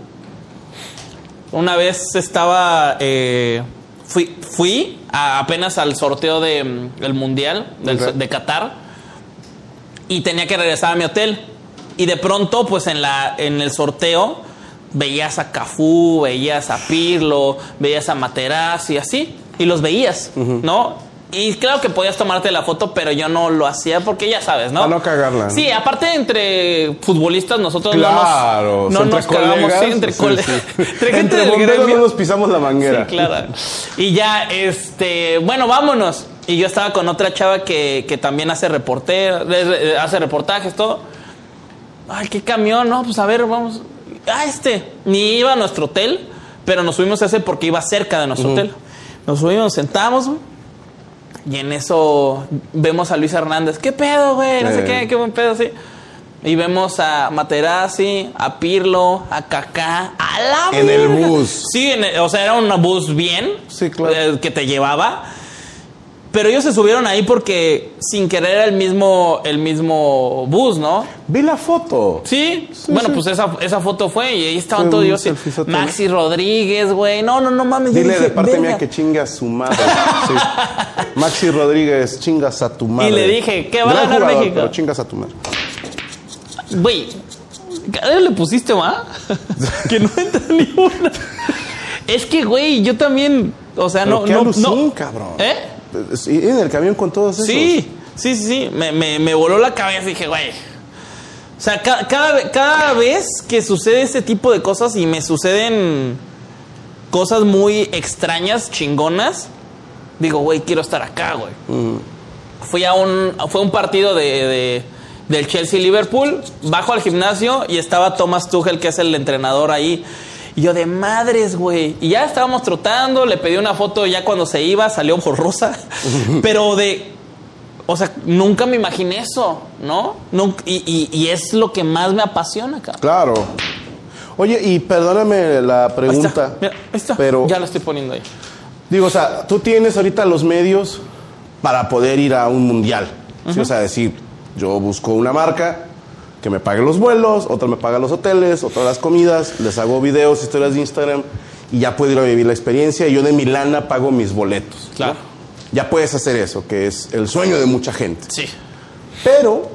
Speaker 2: una vez estaba, eh, fui, fui a- apenas al sorteo del Mundial del-
Speaker 1: Ok.
Speaker 2: de Qatar y tenía que regresar a mi hotel. Y de pronto, pues en, la, en el sorteo, veías a Cafú, veías a Pirlo, veías a Materazzi y así. Y los veías, ¿no? Y claro que podías tomarte la foto, pero yo no lo hacía porque ya sabes, ¿no?
Speaker 1: Para no cagarla, ¿no?
Speaker 2: Sí, aparte entre futbolistas nosotros
Speaker 1: Claro,
Speaker 2: no nos, no
Speaker 1: entre
Speaker 2: nos cagamos,
Speaker 1: colegas,
Speaker 2: sí, entre,
Speaker 1: sí,
Speaker 2: cole-
Speaker 1: sí.
Speaker 2: [LAUGHS] entre gente
Speaker 1: Entre
Speaker 2: del
Speaker 1: bomberos
Speaker 2: gremio.
Speaker 1: no nos pisamos la manguera.
Speaker 2: Sí, claro. Y ya, este, bueno, vámonos. Y yo estaba con otra chava que, que también hace reportera, eh, eh, hace reportajes, todo. Ay, qué camión, no, pues a ver, vamos. Ah, este. Ni iba a nuestro hotel, pero nos subimos a ese porque iba cerca de nuestro hotel. Nos subimos, nos sentamos, güey. Y en eso vemos a Luis Hernández. ¿Qué pedo, güey? No sé
Speaker 1: Eh.
Speaker 2: qué, qué buen pedo, sí. Y vemos a Materazzi, a Pirlo, a Kaká, a la
Speaker 1: En el
Speaker 2: verga.
Speaker 1: bus.
Speaker 2: Sí, en el- o sea, era un bus bien.
Speaker 1: Sí, claro.
Speaker 2: eh, que te llevaba. Pero ellos se subieron ahí porque sin querer era el mismo, el mismo bus, ¿no?
Speaker 1: Vi la foto.
Speaker 2: Sí,
Speaker 1: Sí,
Speaker 2: bueno,
Speaker 1: sí.
Speaker 2: pues esa, esa foto fue y ahí estaban
Speaker 1: Fue
Speaker 2: todos
Speaker 1: un
Speaker 2: ellos. sí.
Speaker 1: selfiezote, ¿no?
Speaker 2: Maxi Rodríguez, güey. No, no, no mames. yo
Speaker 1: Dile
Speaker 2: dije,
Speaker 1: de parte
Speaker 2: "Verga".
Speaker 1: mía que chingue a su madre. Sí. Maxi Rodríguez, chingas a tu madre.
Speaker 2: le dije, ¿qué va a
Speaker 1: Gran
Speaker 2: ganar
Speaker 1: jugador,
Speaker 2: México?
Speaker 1: Pero chingas a tu madre.
Speaker 2: Güey, ¿qué área le
Speaker 1: [LAUGHS]
Speaker 2: pusiste, va? que no entra ni una. Es que, güey, yo también, o sea,
Speaker 1: Pero
Speaker 2: no,
Speaker 1: qué
Speaker 2: no,
Speaker 1: alucín,
Speaker 2: no.
Speaker 1: cabrón.
Speaker 2: ¿Eh?
Speaker 1: Sí, en el camión con todos esos.
Speaker 2: Sí, sí, sí, sí. Me, me- me voló la cabeza y dije, güey. O sea, ca- cada, ve- cada vez que sucede este tipo de cosas y me suceden cosas muy extrañas, chingonas, digo, güey, quiero estar acá, güey.
Speaker 1: Mm.
Speaker 2: Fui a un, fue un partido de, de- del Chelsea-Liverpool, bajo al gimnasio y estaba Thomas Tuchel, que es el entrenador ahí. Y yo de madres, güey. Y ya estábamos trotando, le pedí una foto ya cuando se iba,
Speaker 1: [LAUGHS]
Speaker 2: salió borrosa. Pero de, o sea, nunca me imaginé eso, ¿no? Nunca- y, y- y es lo que más me apasiona, cabrón.
Speaker 1: Claro. Oye, y perdóname la
Speaker 2: Ahí
Speaker 1: pregunta.
Speaker 2: está, mira, ahí está.
Speaker 1: Pero,
Speaker 2: ya lo estoy poniendo ahí.
Speaker 1: digo, o sea, tú tienes ahorita los medios para poder ir a un mundial. ¿sí? O sea, decir, yo busco una marca que me pague los vuelos, otra me paga los hoteles, otra las comidas, les hago videos, historias de Instagram y ya puedo ir a vivir la experiencia. Y yo de mi lana pago mis boletos. ¿no?
Speaker 2: Claro.
Speaker 1: Ya puedes hacer eso, que es el sueño de mucha gente.
Speaker 2: Sí.
Speaker 1: Pero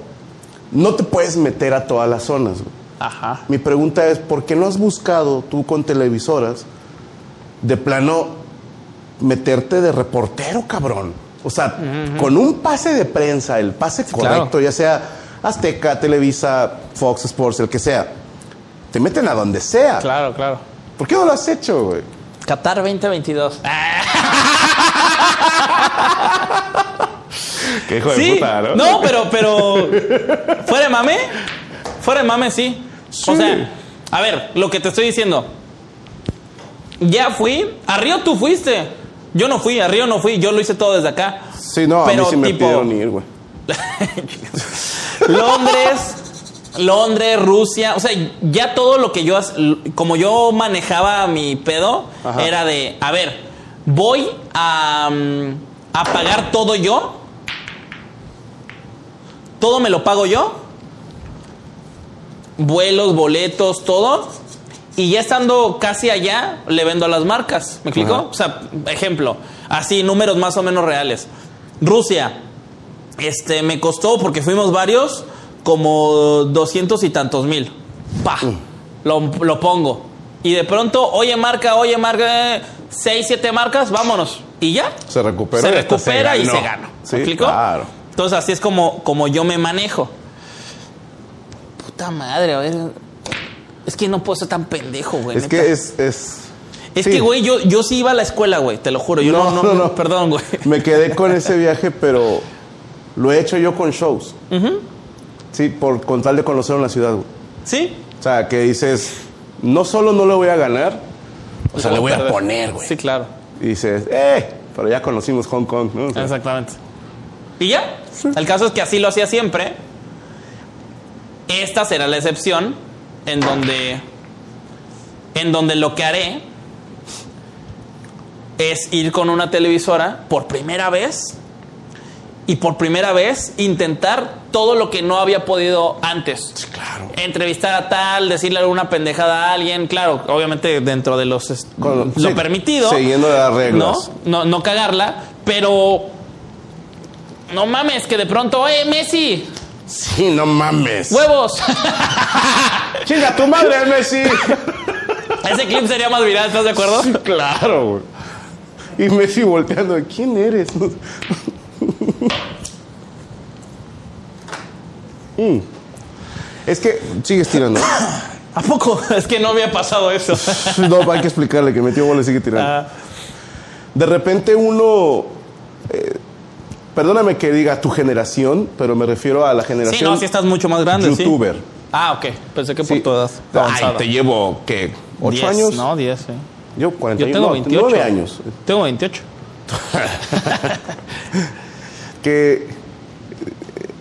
Speaker 1: no te puedes meter a todas las zonas. güey.
Speaker 2: Ajá.
Speaker 1: Mi pregunta es, ¿por qué no has buscado tú con televisoras de plano meterte de reportero, cabrón? O sea, con un pase de prensa, el pase
Speaker 2: claro.
Speaker 1: correcto, ya sea Azteca, Televisa, Fox Sports, el que sea, te meten a donde sea.
Speaker 2: Claro, claro.
Speaker 1: ¿Por qué no lo has hecho, güey?
Speaker 2: Qatar 2022. Ah,
Speaker 1: Qué hijo
Speaker 2: sí. ¿no? pero, pero. ¿Fuera de mame? Fuera de mame, sí. O
Speaker 1: Sí.
Speaker 2: sea, a ver, lo que te estoy diciendo. Ya fui. A Río tú fuiste. Yo no fui, a Río no fui. Yo lo hice todo desde acá.
Speaker 1: Sí, no, a mí sí me pidieron ir, güey.
Speaker 2: Londres, Londres, Rusia, o sea, ya todo lo que yo, as- l- como yo manejaba mi pedo,
Speaker 1: Ajá.
Speaker 2: era de, a ver, voy a, mm, a pagar todo yo, todo me lo pago yo, vuelos, boletos, todo. Y ya estando casi allá, le vendo a las marcas. ¿Me explico?
Speaker 1: Ajá.
Speaker 2: O sea, ejemplo, así, números más o menos reales. Rusia, este, me costó, porque fuimos varios, como 200 y tantos mil. Pa, lo, lo pongo. Y de pronto, oye marca, oye marca, eh, seis, siete marcas, vámonos. Y ya.
Speaker 1: Se recupera
Speaker 2: Se
Speaker 1: y hasta se
Speaker 2: recupera y
Speaker 1: ganó.
Speaker 2: se gana. ¿Me
Speaker 1: Sí,
Speaker 2: explico?
Speaker 1: claro.
Speaker 2: Entonces, así es como, como yo me manejo. Puta madre, a ver. Es que no puedo ser tan pendejo, güey.
Speaker 1: Es
Speaker 2: neta.
Speaker 1: que es... Es,
Speaker 2: Es
Speaker 1: sí.
Speaker 2: que, güey, yo, yo sí iba a la escuela, güey, te lo juro. Yo no, no, no, perdón, güey.
Speaker 1: Me quedé con ese viaje, pero lo he hecho yo con shows. Sí, por con tal de conocer una ciudad. güey.
Speaker 2: ¿Sí?
Speaker 1: O sea, que dices, no solo no le voy a ganar, o sea, le voy a poner, güey.
Speaker 2: Sí, claro.
Speaker 1: Y dices, eh, pero ya conocimos Hong Kong, ¿no? O sea,
Speaker 2: Exactamente. Y ya. El caso es que así lo hacía siempre. Esta será la excepción en donde. En donde lo que haré es ir con una televisora por primera vez y por primera vez intentar todo lo que no había podido antes.
Speaker 1: claro.
Speaker 2: Entrevistar a tal, decirle alguna pendejada a alguien, claro, obviamente dentro de los est-
Speaker 1: Con-
Speaker 2: lo
Speaker 1: Mm, sí,
Speaker 2: permitido.
Speaker 1: siguiendo las reglas.
Speaker 2: ¿no? No, no cagarla, Pero no mames, que de pronto, oye, Messi,
Speaker 1: Sí, no mames.
Speaker 2: huevos. [LAUGHS]
Speaker 1: Chinga tu madre, Messi.
Speaker 2: Ese clip sería más viral, ¿estás de acuerdo?
Speaker 1: Sí, claro, güey. Y Messi volteando, ¿quién eres? [LAUGHS] Mm. Es que sigues tirando.
Speaker 2: ¿A poco? [LAUGHS] Es que no había pasado eso.
Speaker 1: [LAUGHS] No, hay que explicarle que metió bola y sigue tirando.
Speaker 2: Ah,
Speaker 1: De repente uno. eh, perdóname que diga tu generación, pero me refiero a la generación.
Speaker 2: sí, no, sí estás mucho más grande. sí.
Speaker 1: Youtuber.
Speaker 2: Ah, ok. Pensé que
Speaker 1: Sí.
Speaker 2: por tu edad
Speaker 1: Ay,
Speaker 2: avanzada.
Speaker 1: te llevo, ¿qué? ¿Ocho
Speaker 2: Diez,
Speaker 1: años?
Speaker 2: No, 10, sí.
Speaker 1: Yo,
Speaker 2: Yo
Speaker 1: 41.
Speaker 2: tengo
Speaker 1: no,
Speaker 2: 28.
Speaker 1: nueve años.
Speaker 2: Tengo 28.
Speaker 1: Que eh,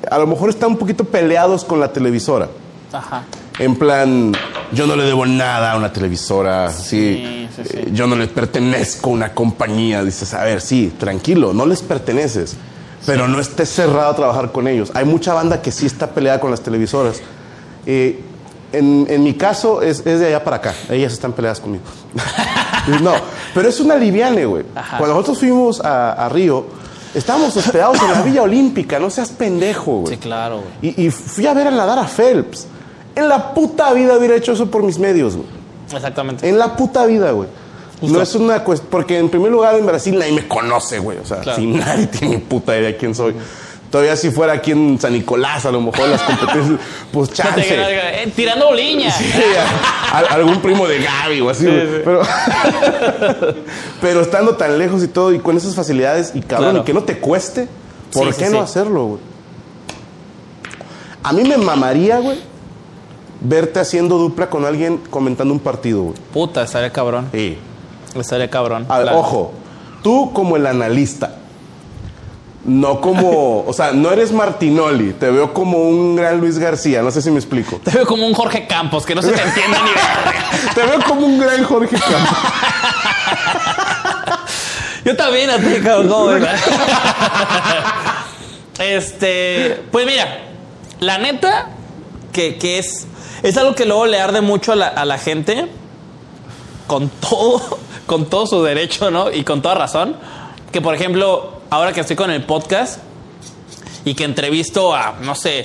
Speaker 1: a lo mejor están un poquito peleados con la televisora.
Speaker 2: Ajá.
Speaker 1: En plan, yo no le debo nada a una televisora, sí,
Speaker 2: sí, sí.
Speaker 1: eh, yo no les pertenezco a una compañía. Dices, a ver, sí, tranquilo, no les perteneces, pero no estés cerrado a trabajar con ellos. Hay mucha banda que sí está peleada con las televisoras. Eh, en, en mi caso es, es de allá para acá, ellas están peleadas conmigo. [LAUGHS] no, pero es una liviane, güey.
Speaker 2: Ajá.
Speaker 1: Cuando nosotros fuimos a, a Río, estábamos hospedados en la Villa Olímpica, no seas pendejo, güey.
Speaker 2: Sí, claro, güey.
Speaker 1: Y, y fui a ver a nadar a Phelps. En la puta vida hubiera hecho eso por mis medios, güey.
Speaker 2: Exactamente.
Speaker 1: En la puta vida, güey.
Speaker 2: Justo.
Speaker 1: No es una cuestión. Porque en primer lugar en Brasil nadie me conoce, güey. O sea,
Speaker 2: Claro.
Speaker 1: si nadie tiene ni puta idea de quién soy. Todavía si fuera aquí en San Nicolás, a lo mejor las competencias, pues
Speaker 2: Fíjate que no-
Speaker 1: chance.
Speaker 2: eh, tirando boliña.
Speaker 1: Sí, [LAUGHS] a- a- algún primo de Gaby o así, güey.
Speaker 2: sí.
Speaker 1: Pero, [LAUGHS] pero estando tan lejos y todo, y con esas facilidades, y cabrón,
Speaker 2: Claro.
Speaker 1: y que no te cueste, ¿por
Speaker 2: Sí,
Speaker 1: qué
Speaker 2: sí,
Speaker 1: no
Speaker 2: sí.
Speaker 1: hacerlo, güey? A mí me mamaría, güey, verte haciendo dupla con alguien comentando un partido, güey.
Speaker 2: Puta, estaría cabrón.
Speaker 1: Sí.
Speaker 2: Estaría cabrón.
Speaker 1: A ver,
Speaker 2: claro.
Speaker 1: ojo, tú como el analista, no
Speaker 2: [LAUGHS]
Speaker 1: como, o sea, no eres Martinoli, te veo como un gran Luis García, no sé si me explico.
Speaker 2: Te veo como un Jorge Campos, que
Speaker 1: [LAUGHS]
Speaker 2: no se te entiende ni verga.
Speaker 1: Te veo como un gran Jorge Campos.
Speaker 2: Yo también a ti, cabrón. no, [LAUGHS] ¿verdad? este, pues mira, la neta, que, que es, es algo que luego le arde mucho a la, a la gente, con todo, con todo su derecho, ¿no? Y con toda razón, que por ejemplo, ahora que estoy con el podcast y que entrevisto a, no sé,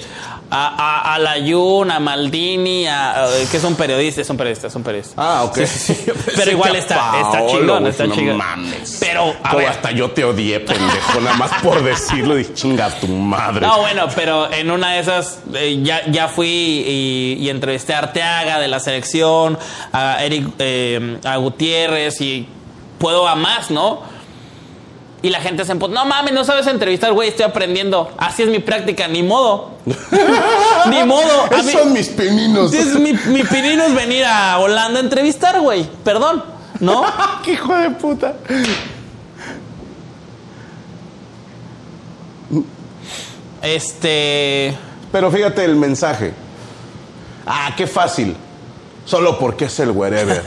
Speaker 2: a, a, a Layun, a Maldini, a, a- que son periodistas, son periodistas, son periodistas.
Speaker 1: Ah, ok. [LAUGHS]
Speaker 2: Pero igual está, está chingón, está chingón. Pero, a
Speaker 1: Como
Speaker 2: ver.
Speaker 1: hasta yo te odié, pendejo, nada más por decirlo. Dije, chinga tu madre.
Speaker 2: No, bueno, pero en una de esas eh, ya, ya fui y, y entrevisté a Arteaga de la selección, a Eric, eh, a Gutiérrez y puedo a más, ¿no? Y la gente se emputó. No mames, no sabes entrevistar, güey, estoy aprendiendo. Así es mi práctica,
Speaker 1: [LAUGHS]
Speaker 2: ni modo. ni modo. A
Speaker 1: Esos
Speaker 2: mí-
Speaker 1: son mis peninos. [LAUGHS]
Speaker 2: Entonces, mi, mi pirino es venir a Holanda a entrevistar, güey. Perdón, ¿no?
Speaker 1: ¡Qué hijo de puta!
Speaker 2: Este.
Speaker 1: Pero fíjate el mensaje. Ah, qué fácil. Solo porque es el
Speaker 2: [LAUGHS]
Speaker 1: wherever.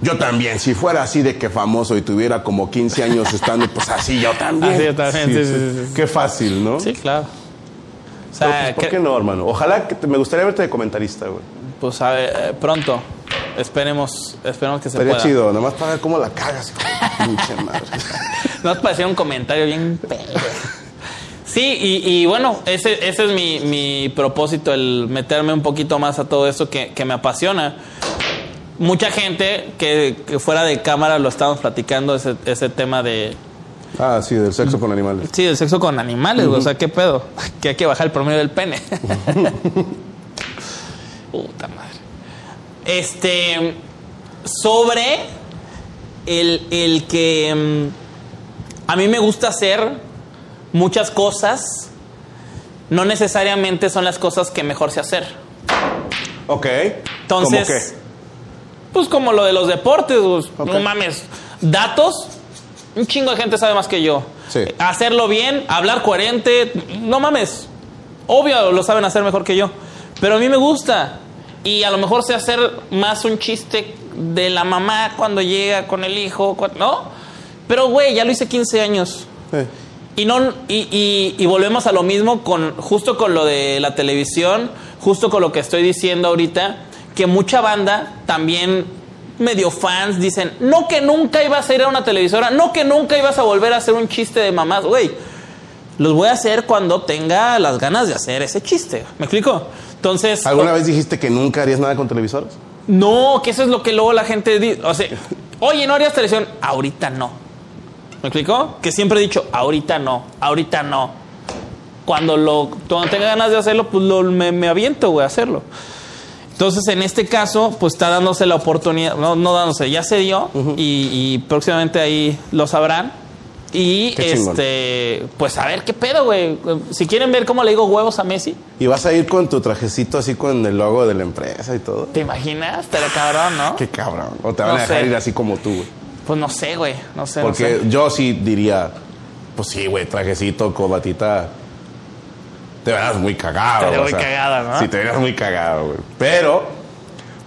Speaker 1: Yo también, si fuera así de que famoso y tuviera como 15 años estando, pues así yo también.
Speaker 2: Así yo también, sí, sí, sí, sí.
Speaker 1: Qué fácil, ¿no?
Speaker 2: Sí, Ah, claro. O
Speaker 1: Pero,
Speaker 2: sea,
Speaker 1: pues, ¿Por
Speaker 2: que-
Speaker 1: qué no, hermano? Ojalá que te- me gustaría verte de comentarista, güey.
Speaker 2: Pues a ver, eh, pronto. Esperemos, esperemos que se
Speaker 1: Estaría
Speaker 2: pueda.
Speaker 1: chido, nomás para ver cómo la cagas. Pinche madre.
Speaker 2: Nos pareció un comentario bien pendejo. Sí, y, y bueno, ese, ese es mi, mi propósito, el meterme un poquito más a todo eso que, que me apasiona. Mucha gente que, que fuera de cámara lo estábamos platicando, ese, ese tema de...
Speaker 1: [LAUGHS] Ah, sí, del sexo con animales.
Speaker 2: Sí, del sexo con animales, güey, o sea, ¿qué pedo? [LAUGHS] Que hay que bajar el promedio del pene. Puta madre. Este, sobre el, el que mm, a mí me gusta hacer muchas cosas, no necesariamente son las cosas que mejor sé hacer.
Speaker 1: Ok.
Speaker 2: Entonces,
Speaker 1: ¿Cómo
Speaker 2: pues como lo de los deportes, pues,
Speaker 1: Ok.
Speaker 2: no mames, datos, un chingo de gente sabe más que yo.
Speaker 1: Sí.
Speaker 2: Hacerlo bien, hablar coherente, no mames, obvio lo saben hacer mejor que yo, pero a mí me gusta y a lo mejor sé hacer más un chiste de la mamá cuando llega con el hijo, cu- ¿no? Pero güey, ya lo hice 15 años.
Speaker 1: qué? Eh.
Speaker 2: Y, no, y, y- y volvemos a lo mismo con justo con lo de la televisión, justo con lo que estoy diciendo ahorita, que mucha banda también medio fans dicen, no que nunca ibas a ir a una televisora, no que nunca ibas a volver a hacer un chiste de mamás, güey. Los voy a hacer cuando tenga las ganas de hacer ese chiste. ¿Me explico? Entonces.
Speaker 1: ¿Alguna vez dijiste que nunca harías nada con televisores?
Speaker 2: No, que eso es lo que luego la gente dice. O sea, oye, ¿no harías televisión? Ahorita no. ¿Me explico? Que siempre he dicho, ahorita no, ahorita no. Cuando, lo, cuando tenga ganas de hacerlo, pues lo, me, me aviento, güey, a hacerlo. Entonces, en este caso, pues está dándose la oportunidad, no, no dándose, ya se dio y, y próximamente ahí lo sabrán. Y
Speaker 1: Qué chingón.
Speaker 2: este, pues a ver qué pedo, güey. Si quieren ver cómo le digo huevos a Messi,
Speaker 1: ¿Y vas a ir con tu trajecito así con el logo de la empresa y todo?
Speaker 2: ¿te imaginas? Te cabrón, ¿no?
Speaker 1: Qué cabrón. O te van
Speaker 2: No
Speaker 1: a dejar
Speaker 2: sé.
Speaker 1: ir así como tú, güey.
Speaker 2: Pues no sé, güey. No sé. no
Speaker 1: Porque
Speaker 2: sé.
Speaker 1: yo sí diría, pues sí, güey, trajecito, cobatita. Te verás muy cagado.
Speaker 2: Te verás
Speaker 1: o
Speaker 2: muy
Speaker 1: sea,
Speaker 2: cagado, ¿no?
Speaker 1: Sí, te verás muy cagado, güey. Pero,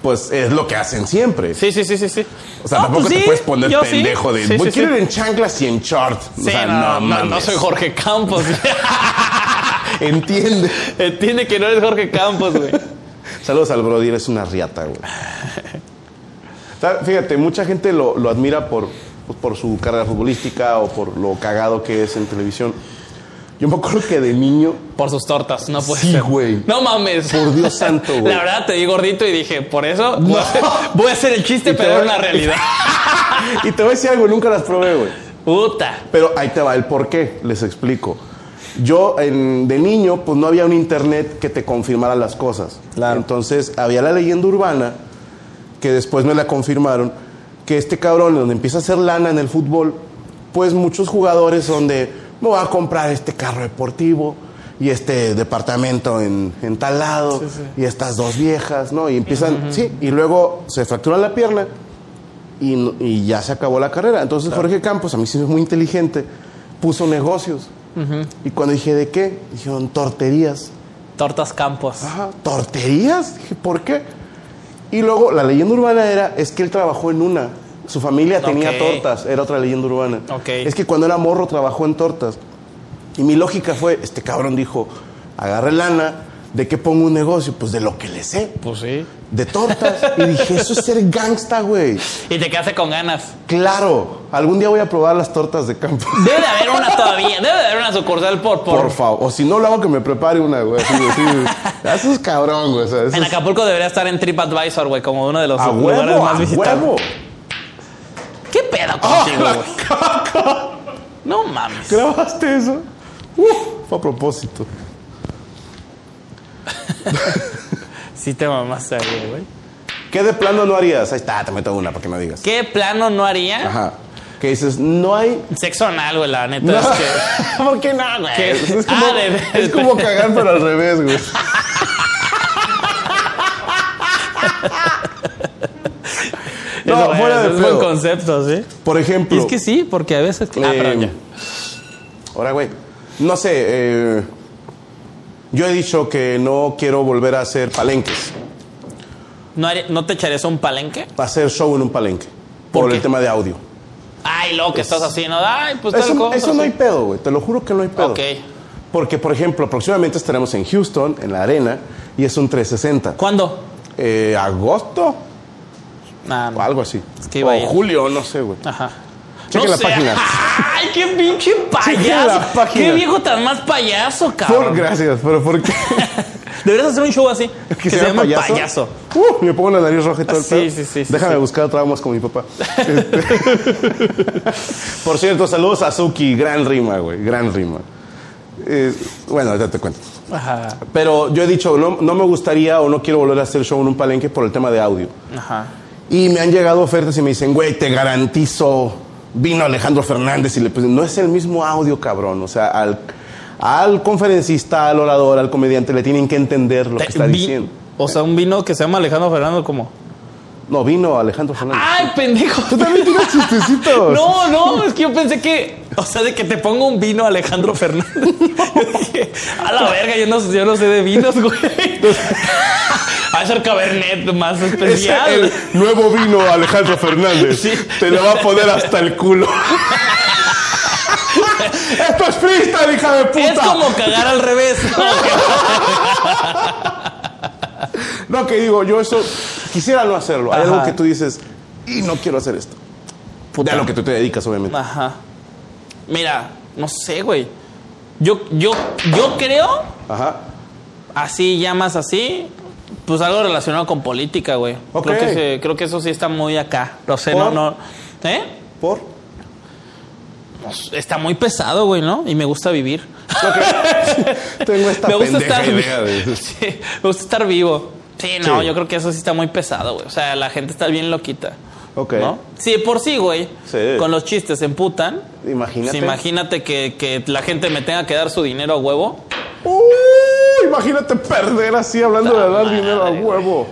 Speaker 1: pues es lo que hacen siempre.
Speaker 2: Sí, sí, sí, sí, sí.
Speaker 1: O sea,
Speaker 2: No,
Speaker 1: tampoco
Speaker 2: pues
Speaker 1: te
Speaker 2: sí,
Speaker 1: puedes poner
Speaker 2: yo sí.
Speaker 1: pendejo de.
Speaker 2: Sí,
Speaker 1: voy
Speaker 2: sí, sí.
Speaker 1: quiero ir en chanclas y en short.
Speaker 2: Sí,
Speaker 1: o sea,
Speaker 2: no, no, no
Speaker 1: mames.
Speaker 2: soy Jorge Campos.
Speaker 1: [LAUGHS] Entiende.
Speaker 2: Entiende que no eres Jorge Campos, güey.
Speaker 1: Saludos al Brody, eres una riata,
Speaker 2: [LAUGHS]
Speaker 1: güey. O sea, Fíjate, mucha gente lo, lo admira por, pues, por su carrera futbolística o por lo cagado que es en televisión. Yo me acuerdo que de niño,
Speaker 2: Por sus tortas, no puede
Speaker 1: Sí,
Speaker 2: ser.
Speaker 1: güey.
Speaker 2: No mames.
Speaker 1: Por Dios santo, güey.
Speaker 2: La verdad, te di gordito y dije, por eso voy, a hacer, voy a hacer el chiste,
Speaker 1: Y te
Speaker 2: pero
Speaker 1: va-
Speaker 2: era
Speaker 1: [LAUGHS]
Speaker 2: una realidad.
Speaker 1: y te voy a decir algo, nunca las probé, güey.
Speaker 2: Puta.
Speaker 1: Pero ahí te va el por qué, les explico. Yo en- de niño, pues no había un internet que te confirmara las cosas.
Speaker 3: Claro.
Speaker 1: Entonces había la leyenda urbana, que después me la confirmaron, que este cabrón, donde empieza a hacer lana en el fútbol, pues muchos jugadores son de, me voy a comprar este carro deportivo y este departamento en, en tal lado y estas dos viejas, ¿no? Y empiezan, sí, y luego se fracturan la pierna y, no- y ya se acabó la carrera. Entonces Jorge Campos, a mí sí es muy inteligente, puso negocios. Y cuando dije, ¿de qué? Dijeron, torterías.
Speaker 2: Tortas Campos.
Speaker 1: Ajá, ¿torterías? Dije, ¿por qué? Y luego la leyenda urbana era, es que él trabajó en una. Su familia tenía
Speaker 2: Ok.
Speaker 1: tortas, era otra leyenda urbana.
Speaker 2: Ok.
Speaker 1: Es que cuando era morro trabajó en tortas. Y mi lógica fue, este cabrón dijo, agarre lana, ¿de qué pongo un negocio? Pues de lo que le sé,
Speaker 2: Pues sí.
Speaker 1: de
Speaker 2: [LAUGHS]
Speaker 1: tortas. y dije, eso es ser gangsta, güey.
Speaker 2: Y te quedaste con ganas.
Speaker 1: Claro, algún día voy a probar las tortas de campo.
Speaker 2: Debe de haber una todavía. Debe de haber una sucursal por, por,
Speaker 1: Por favor. O si no, lo hago que me prepare una, güey. Así, así, güey. Ah, Eso es cabrón, güey. O sea, eso
Speaker 2: En
Speaker 1: es-
Speaker 2: Acapulco debería estar en TripAdvisor, güey, como uno de los
Speaker 1: a
Speaker 2: lugares
Speaker 1: huevo,
Speaker 2: más
Speaker 1: a
Speaker 2: visitados.
Speaker 1: huevo. Ah,
Speaker 2: ¿Qué pedo contigo, güey? No mames.
Speaker 1: ¿Grabaste eso? Uf, fue a propósito.
Speaker 2: Sí te mamaste ahí, güey.
Speaker 1: ¿Qué de plano no harías? Ahí está, te meto una para que no digas.
Speaker 2: ¿Qué plano no haría?
Speaker 1: Ajá. Que dices, no hay...
Speaker 2: Sexo anal, güey, la neta
Speaker 1: No.
Speaker 2: es
Speaker 1: [LAUGHS]
Speaker 2: que...
Speaker 1: ¿Por qué no, güey?
Speaker 2: ¿Qué?
Speaker 1: Es como,
Speaker 2: Ah, de-
Speaker 1: es como cagar, pero al revés,
Speaker 2: [LAUGHS]
Speaker 1: güey. No,
Speaker 2: es, bueno,
Speaker 1: fuera de
Speaker 2: es buen
Speaker 1: pedo.
Speaker 2: concepto, ¿sí?
Speaker 1: Por
Speaker 2: Y
Speaker 1: ejemplo...
Speaker 2: es que sí, porque a veces... Ah,
Speaker 1: Eh,
Speaker 2: perdón, ya.
Speaker 1: Ahora, güey. No sé, eh, yo he dicho que no quiero volver a hacer palenques,
Speaker 2: ¿No, haría- ¿No te echarías un palenque?
Speaker 1: a hacer show en un palenque,
Speaker 2: ¿Por
Speaker 1: por,
Speaker 2: qué?
Speaker 1: el tema de audio.
Speaker 2: Ay, loco, que estás así, ¿no? Ay, pues tal
Speaker 1: Eso,
Speaker 2: cosa.
Speaker 1: eso no
Speaker 2: sí.
Speaker 1: hay pedo, güey. Te lo juro que no hay pedo.
Speaker 2: Ok.
Speaker 1: Porque, por ejemplo, próximamente estaremos en Houston, en la arena, y es un 360.
Speaker 2: ¿Cuándo?
Speaker 1: Eh, ¿Agosto?
Speaker 2: Ah,
Speaker 1: O algo así.
Speaker 2: Es que iba
Speaker 1: o
Speaker 2: a ir.
Speaker 1: julio, no sé, güey.
Speaker 2: Ajá.
Speaker 1: Chequen la
Speaker 2: sé.
Speaker 1: página.
Speaker 2: [LAUGHS] ¡Ay, qué
Speaker 1: [LAUGHS]
Speaker 2: pinche
Speaker 1: Chequen
Speaker 2: payaso!
Speaker 1: la página.
Speaker 2: ¡Qué viejo tan más payaso,
Speaker 1: Por-
Speaker 2: cabrón!
Speaker 1: gracias, pero ¿por qué?
Speaker 2: Deberías hacer un
Speaker 1: [LAUGHS]
Speaker 2: show así. Que, se,
Speaker 1: sea
Speaker 2: llama payaso. payaso.
Speaker 1: Uh, me pongo la nariz roja y todo el
Speaker 2: Sí,
Speaker 1: pedo.
Speaker 2: sí, sí, sí,
Speaker 1: Déjame
Speaker 2: sí.
Speaker 1: buscar traumas con mi
Speaker 2: [LAUGHS]
Speaker 1: papá. [LAUGHS] Este. Por cierto, saludos a Suki. Gran rima, güey. Gran rima. Eh, bueno, ya te cuento.
Speaker 2: Ajá.
Speaker 1: Pero yo he dicho, no, no me gustaría o no quiero volver a hacer show en un palenque por el tema de audio.
Speaker 2: Ajá.
Speaker 1: Y me han llegado ofertas y me dicen, güey, te garantizo, vino Alejandro Fernández y le pues, no es el mismo audio, cabrón. O sea, al, al conferencista, al orador, al comediante, le tienen que entender lo que
Speaker 2: Te-
Speaker 1: está
Speaker 2: Eh, vi-
Speaker 1: diciendo.
Speaker 2: O sea, un vino que se llama Alejandro Fernando como...
Speaker 1: No, vino Alejandro Fernández.
Speaker 2: ¡Ay, pendejo!
Speaker 1: Ah, Tú también tienes chistecitos.
Speaker 2: [LAUGHS] No, no, es que yo pensé que... O sea, de que te pongo un vino
Speaker 1: [LAUGHS]
Speaker 2: Alejandro Fernández. Yo dije, a la verga, yo no, yo no sé de vinos, güey. [LAUGHS] Va a ser Cabernet más
Speaker 1: Es
Speaker 2: especial.
Speaker 1: el nuevo vino Alejandro Fernández.
Speaker 2: Sí.
Speaker 1: Te lo va a poner hasta el
Speaker 2: [LAUGHS]
Speaker 1: culo. Esto es freestyle, hija de puta.
Speaker 2: Es como cagar al
Speaker 1: [LAUGHS]
Speaker 2: revés.
Speaker 1: No, que digo, yo eso quisiera no hacerlo. Hay
Speaker 2: Ajá.
Speaker 1: algo que tú dices, y no quiero hacer esto. De a lo que tú te dedicas, obviamente.
Speaker 2: Ajá. Mira, no sé, güey. Yo, yo, yo creo,
Speaker 1: Ajá.
Speaker 2: así llamas así, pues algo relacionado con política, güey.
Speaker 1: Ok.
Speaker 2: Creo, que se- creo que eso sí está muy acá. No sé, no,
Speaker 1: ¿Por?
Speaker 2: no. ¿Eh?
Speaker 1: ¿Por?
Speaker 2: Pues, Está muy pesado, güey, ¿no? Y me gusta vivir.
Speaker 1: Tengo esta
Speaker 2: me gusta
Speaker 1: pendeja
Speaker 2: estar [LAUGHS]
Speaker 1: idea de...
Speaker 2: Sí, me gusta estar vivo. Sí, no,
Speaker 1: Sí.
Speaker 2: yo creo que eso sí está muy pesado, güey. O sea, la gente está bien loquita.
Speaker 1: Ok.
Speaker 2: ¿No? Sí, de por sí, güey.
Speaker 1: Sí.
Speaker 2: Con los chistes se emputan.
Speaker 1: Imagínate.
Speaker 2: Sí, imagínate que, que la gente me tenga que dar su dinero a huevo.
Speaker 1: Uh, imagínate perder así hablando de dar
Speaker 2: Madre,
Speaker 1: dinero a
Speaker 2: güey.
Speaker 1: huevo.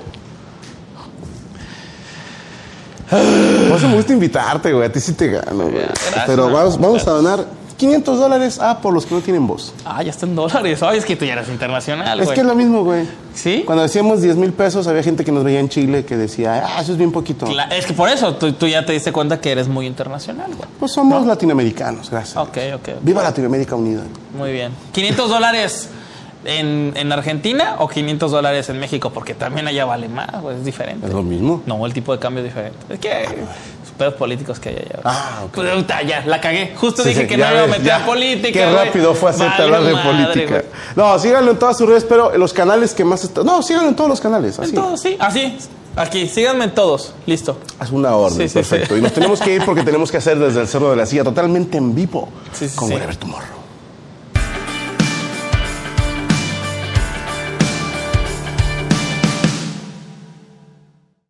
Speaker 1: Por eso me gusta invitarte, güey. A ti sí te gano, güey.
Speaker 2: gracias,
Speaker 1: Pero
Speaker 2: man.
Speaker 1: vamos, vamos a donar 500 dólares a por los que no tienen voz.
Speaker 2: Ah, ya está en dólares. Ay, es que tú ya eres internacional,
Speaker 1: Es
Speaker 2: güey.
Speaker 1: que es lo mismo, güey.
Speaker 2: ¿Sí?
Speaker 1: Cuando decíamos 10 mil pesos, había gente que nos veía en Chile que decía, ah, eso es bien poquito.
Speaker 2: Cla- es que por eso tú, tú ya te diste cuenta que eres muy internacional, güey.
Speaker 1: Pues somos latinoamericanos, gracias.
Speaker 2: Ok, ok.
Speaker 1: Viva Latinoamérica Unida.
Speaker 2: Muy bien. ¿500 dólares en, en Argentina o 500 dólares en México? Porque también allá vale más, güey. Es diferente.
Speaker 1: Es lo mismo.
Speaker 2: No, el tipo de cambio es diferente. Es que hay pedos políticos que hay allá.
Speaker 1: Ah, ok.
Speaker 2: Pues, puta, ya, la cagué. Justo
Speaker 1: Sí,
Speaker 2: dije
Speaker 1: sí,
Speaker 2: que
Speaker 1: ya
Speaker 2: no me iba a
Speaker 1: ves,
Speaker 2: meter
Speaker 1: ya.
Speaker 2: a política.
Speaker 1: Qué
Speaker 2: güey.
Speaker 1: rápido fue hacerte
Speaker 2: Vale
Speaker 1: hablar de
Speaker 2: madre,
Speaker 1: política.
Speaker 2: güey.
Speaker 1: No, síganlo en todas sus redes, pero en los canales que más está. No, síganlo en todos los canales.
Speaker 2: En
Speaker 1: Así.
Speaker 2: todos, sí. Así. Aquí, síganme en todos. Listo.
Speaker 1: Haz una orden.
Speaker 2: Sí, sí,
Speaker 1: perfecto.
Speaker 2: sí.
Speaker 1: Y nos tenemos que ir porque tenemos que hacer desde el Cerro de la Silla totalmente en vivo
Speaker 2: Sí, sí,
Speaker 1: con
Speaker 2: sí.
Speaker 1: Wherever Tomorrow.